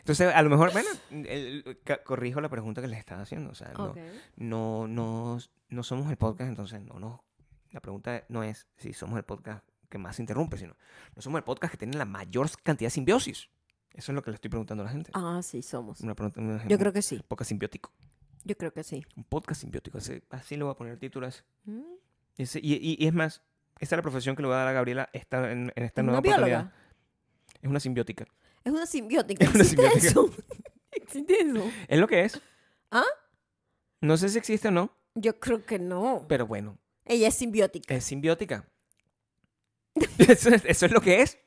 S2: Entonces, a lo mejor, bueno, el- el- ca- corrijo la pregunta que les estaba haciendo. O sea, no,
S1: Ok.
S2: no, no, no somos el podcast, entonces no nos. La pregunta no es si somos el podcast que más se interrumpe, sino no somos el podcast que tiene la mayor cantidad de simbiosis. Eso es lo que le estoy preguntando a la gente.
S1: Ah, sí, somos.
S2: Una pregunta, un
S1: Yo
S2: ejemplo.
S1: creo que sí,
S2: Un podcast simbiótico.
S1: yo creo que sí.
S2: Un podcast simbiótico. Así, así le voy a poner título a ese.
S1: Mm.
S2: Ese- y, y- y es más, esa es la profesión que le voy a dar a Gabriela esta, en, en esta
S1: ¿Es
S2: nueva
S1: una
S2: oportunidad.
S1: bióloga?
S2: Es una simbiótica.
S1: Es una simbiótica.
S2: Es una
S1: ¿Existe
S2: simbiótica.
S1: eso? ¿Existe eso?
S2: Es lo que es.
S1: ¿Ah?
S2: No sé si existe o no,
S1: Yo creo que no.
S2: pero bueno,
S1: Ella es simbiótica.
S2: es simbiótica. eso, es- eso es lo que es.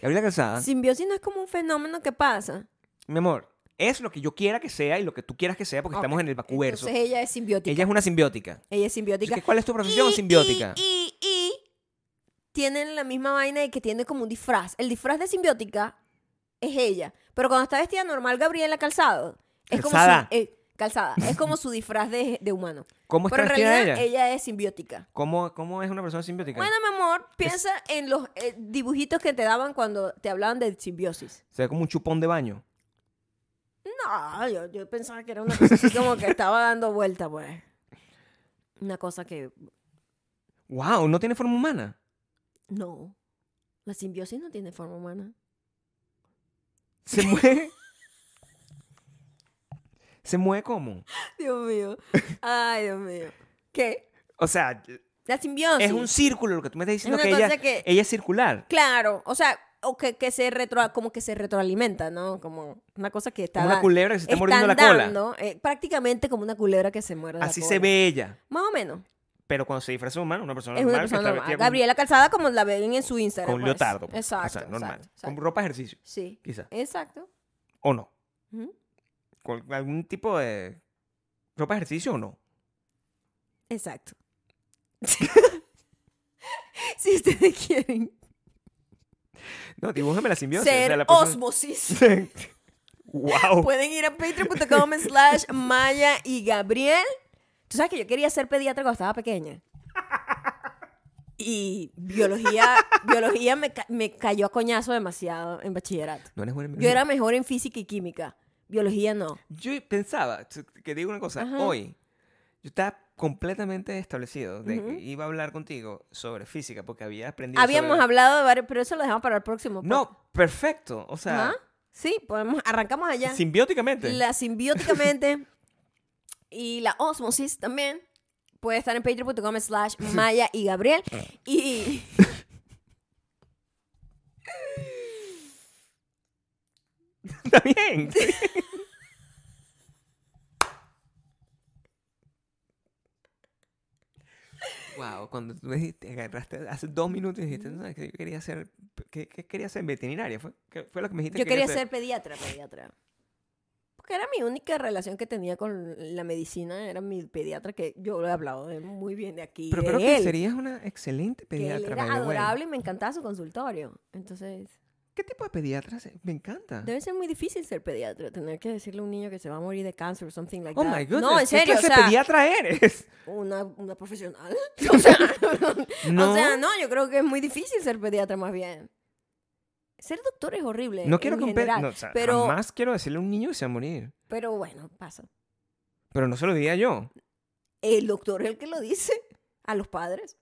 S2: Gabriela Calzada,
S1: Simbiosis no es como un fenómeno que pasa.
S2: mi amor, es lo que yo quiera que sea y lo que tú quieras que sea porque estamos
S1: Ok.
S2: en el vacuverso.
S1: Entonces ella es simbiótica.
S2: Ella
S1: Ella,
S2: es una simbiótica.
S1: es simbiótica.
S2: Entonces, ¿Cuál es tu profesión?
S1: Y-
S2: simbiótica.
S1: Y, y, y tienen la misma vaina de que tiene como un disfraz. El disfraz de simbiótica es ella. Pero cuando está vestida normal Gabriela Calzado, es como
S2: Calzada.
S1: su, eh, calzada. Es como su disfraz de, de humano.
S2: ¿Cómo está
S1: Pero en
S2: vestida
S1: realidad
S2: ella?
S1: ella? es simbiótica.
S2: ¿Cómo, ¿Cómo es una persona simbiótica?
S1: Bueno, mi amor, piensa en los eh, dibujitos que te daban cuando te hablaban de simbiosis.
S2: Se ve como un chupón de baño.
S1: No, yo, yo pensaba que era una cosa así como que estaba dando vuelta, pues. Una cosa que
S2: ¡Wow! No tiene forma humana.
S1: no. La simbiosis no tiene forma humana.
S2: Se mueve. ¿Se mueve cómo?
S1: Dios mío. Ay, Dios mío. ¿Qué?
S2: O sea,
S1: La simbiosis.
S2: es un círculo lo que tú me estás diciendo
S1: Una
S2: que ella,
S1: cosa que-
S2: ella es circular.
S1: Claro, o sea, o que, que se retro, como que se retroalimenta, ¿no? Como una cosa que está
S2: Como una
S1: da-
S2: culebra que se está mordiendo la
S1: están
S2: cola.
S1: dando, eh, prácticamente como una culebra que se muerde la
S2: Así
S1: cola.
S2: se ve ella.
S1: Más o menos.
S2: Pero cuando se disfraza de humano, una persona
S1: Es
S2: normal
S1: una
S2: que
S1: persona
S2: está
S1: normal.
S2: vestida con-
S1: Gabriela Calzada, como la ven en su
S2: con,
S1: Instagram.
S2: un
S1: pues.
S2: leotardo. pues.
S1: Exacto.
S2: O sea, normal.
S1: exacto, exacto.
S2: Con ropa de ejercicio,
S1: Sí.
S2: quizás.
S1: Exacto.
S2: O no.
S1: Ujú.
S2: Con algún tipo de ropa de ejercicio o no.
S1: Exacto. si ustedes quieren
S2: No, dibújame la simbiosis. o sea,
S1: ser Pues,
S2: la persona-
S1: osmosis,
S2: wow.
S1: pueden ir a patreon.com slash Maya y Gabriel. Tú sabes que yo quería ser pediatra cuando estaba pequeña. Y biología, biología me, ca- me cayó a coñazo demasiado en bachillerato.
S2: No eres buena en
S1: Yo era mejor en física y química. Biología no.
S2: Yo pensaba, t- que digo una cosa,
S1: Ajá.
S2: hoy yo estaba completamente establecido de
S1: Ujú.
S2: que iba a hablar contigo sobre física porque había aprendido.
S1: Habíamos
S2: sobre-
S1: hablado de varios, pero eso lo dejamos para el próximo. pues.
S2: No, perfecto. O sea,
S1: Ajá. Sí, podemos, arrancamos allá.
S2: simbióticamente.
S1: La simbióticamente y la osmosis también puede estar en patreon.com slash Maya y Gabriel. Y...
S2: Está bien. wow. Wow, cuando tú me dijiste, agarraste hace dos minutos y dijiste, no, es que yo quería ser, ¿qué, qué quería ser? Veterinaria, fue, ¿Qué fue lo que me dijiste.
S1: Yo
S2: que
S1: quería ser pediatra, pediatra. Porque era mi única relación que tenía con la medicina, era mi pediatra que yo lo he hablado de- muy bien de aquí.
S2: Pero
S1: de
S2: creo que
S1: él,
S2: serías una excelente
S1: que él
S2: pediatra.
S1: era
S2: by the way.
S1: adorable y me encantaba su consultorio. Entonces,
S2: ¿Qué tipo de pediatra? se- Me encanta.
S1: debe ser muy difícil ser pediatra, tener que decirle a un niño que se va a morir de cáncer o something like
S2: Oh
S1: that.
S2: my goodness.
S1: no, en serio,
S2: ¿Qué
S1: o
S2: clase de
S1: sea,
S2: pediatra eres?
S1: una, una profesional. O sea,
S2: No.
S1: o sea, no, yo creo que es muy difícil ser pediatra más bien. Ser doctor es horrible.
S2: no quiero
S1: en
S2: que un
S1: general,
S2: pediatra. No, o sea,
S1: pero-
S2: jamás quiero decirle a un niño que se va a morir.
S1: Pero bueno, pasa.
S2: Pero no se lo diría yo.
S1: El doctor es el que lo dice a los padres.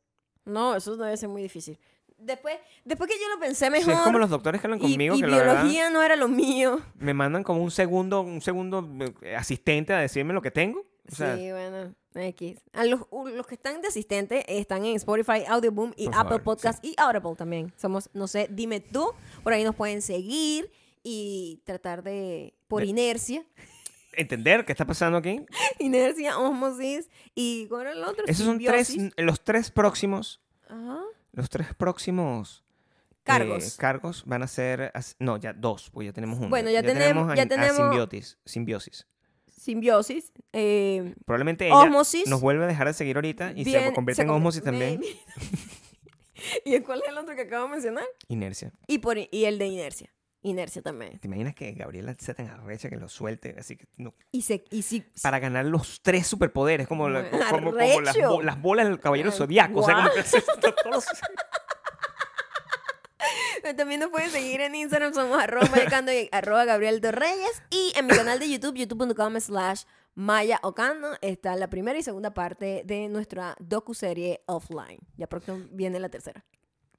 S1: No, eso debe ser muy difícil. Después, después que yo lo pensé
S2: O sea,
S1: mejor.
S2: es como los doctores que hablan
S1: y,
S2: conmigo
S1: y
S2: que la verdad,
S1: biología no era lo mío.
S2: me mandan como un segundo, un segundo eh, asistente a decirme lo que tengo. O sea,
S1: sí, bueno, X. A los, u- los que están de asistente están en Spotify, Audioboom y
S2: Por
S1: Apple
S2: favor,
S1: Podcast y Audible también. Somos, no sé, dime tú. Por ahí nos pueden seguir y tratar de, por
S2: De-
S1: inercia,
S2: entender qué está pasando aquí.
S1: inercia, osmosis y con el otro.
S2: Esos son tres,
S1: Simbiosis.
S2: los tres próximos,
S1: Ajá.
S2: los tres próximos eh,
S1: Cargos.
S2: cargos van a ser, as- no, ya dos, pues ya tenemos uno.
S1: Bueno, ya tenemos-
S2: a-
S1: ya
S2: a
S1: tenemos-
S2: simbiotis, simbiosis.
S1: Simbiosis. Eh,
S2: Probablemente ella
S1: Osmosis.
S2: nos vuelve a dejar de seguir ahorita Ah, y se
S1: Bien,
S2: convierte en
S1: conv-
S2: osmosis también.
S1: maybe. ¿Y cuál es el otro que acabo de mencionar?
S2: Inercia.
S1: Y, por, y el de inercia. Inercia también.
S2: ¿Te imaginas que Gabriela sea tan arrecha que lo suelte? Así que no,
S1: Y, se, y si...
S2: para ganar los tres superpoderes, como, la-
S1: Bueno,
S2: como, como las, bo-
S1: arrecho.
S2: las bolas del caballero
S1: Ay,
S2: zodiaco. O sea, como que hace todos-
S1: También nos pueden seguir en Instagram, somos arroba mayocando y arroba Gabriel Torreyes. Y en mi canal de YouTube, youtube.com slash Maya Ocando, está la primera y segunda parte de nuestra docuserie offline. Ya pronto viene la tercera.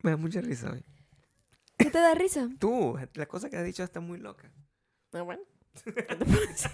S2: Me da mucha risa. hoy.
S1: ¿Qué te da risa?
S2: Tú, la cosa que has dicho está muy loca.
S1: Ah, bueno. ¿Qué te parece?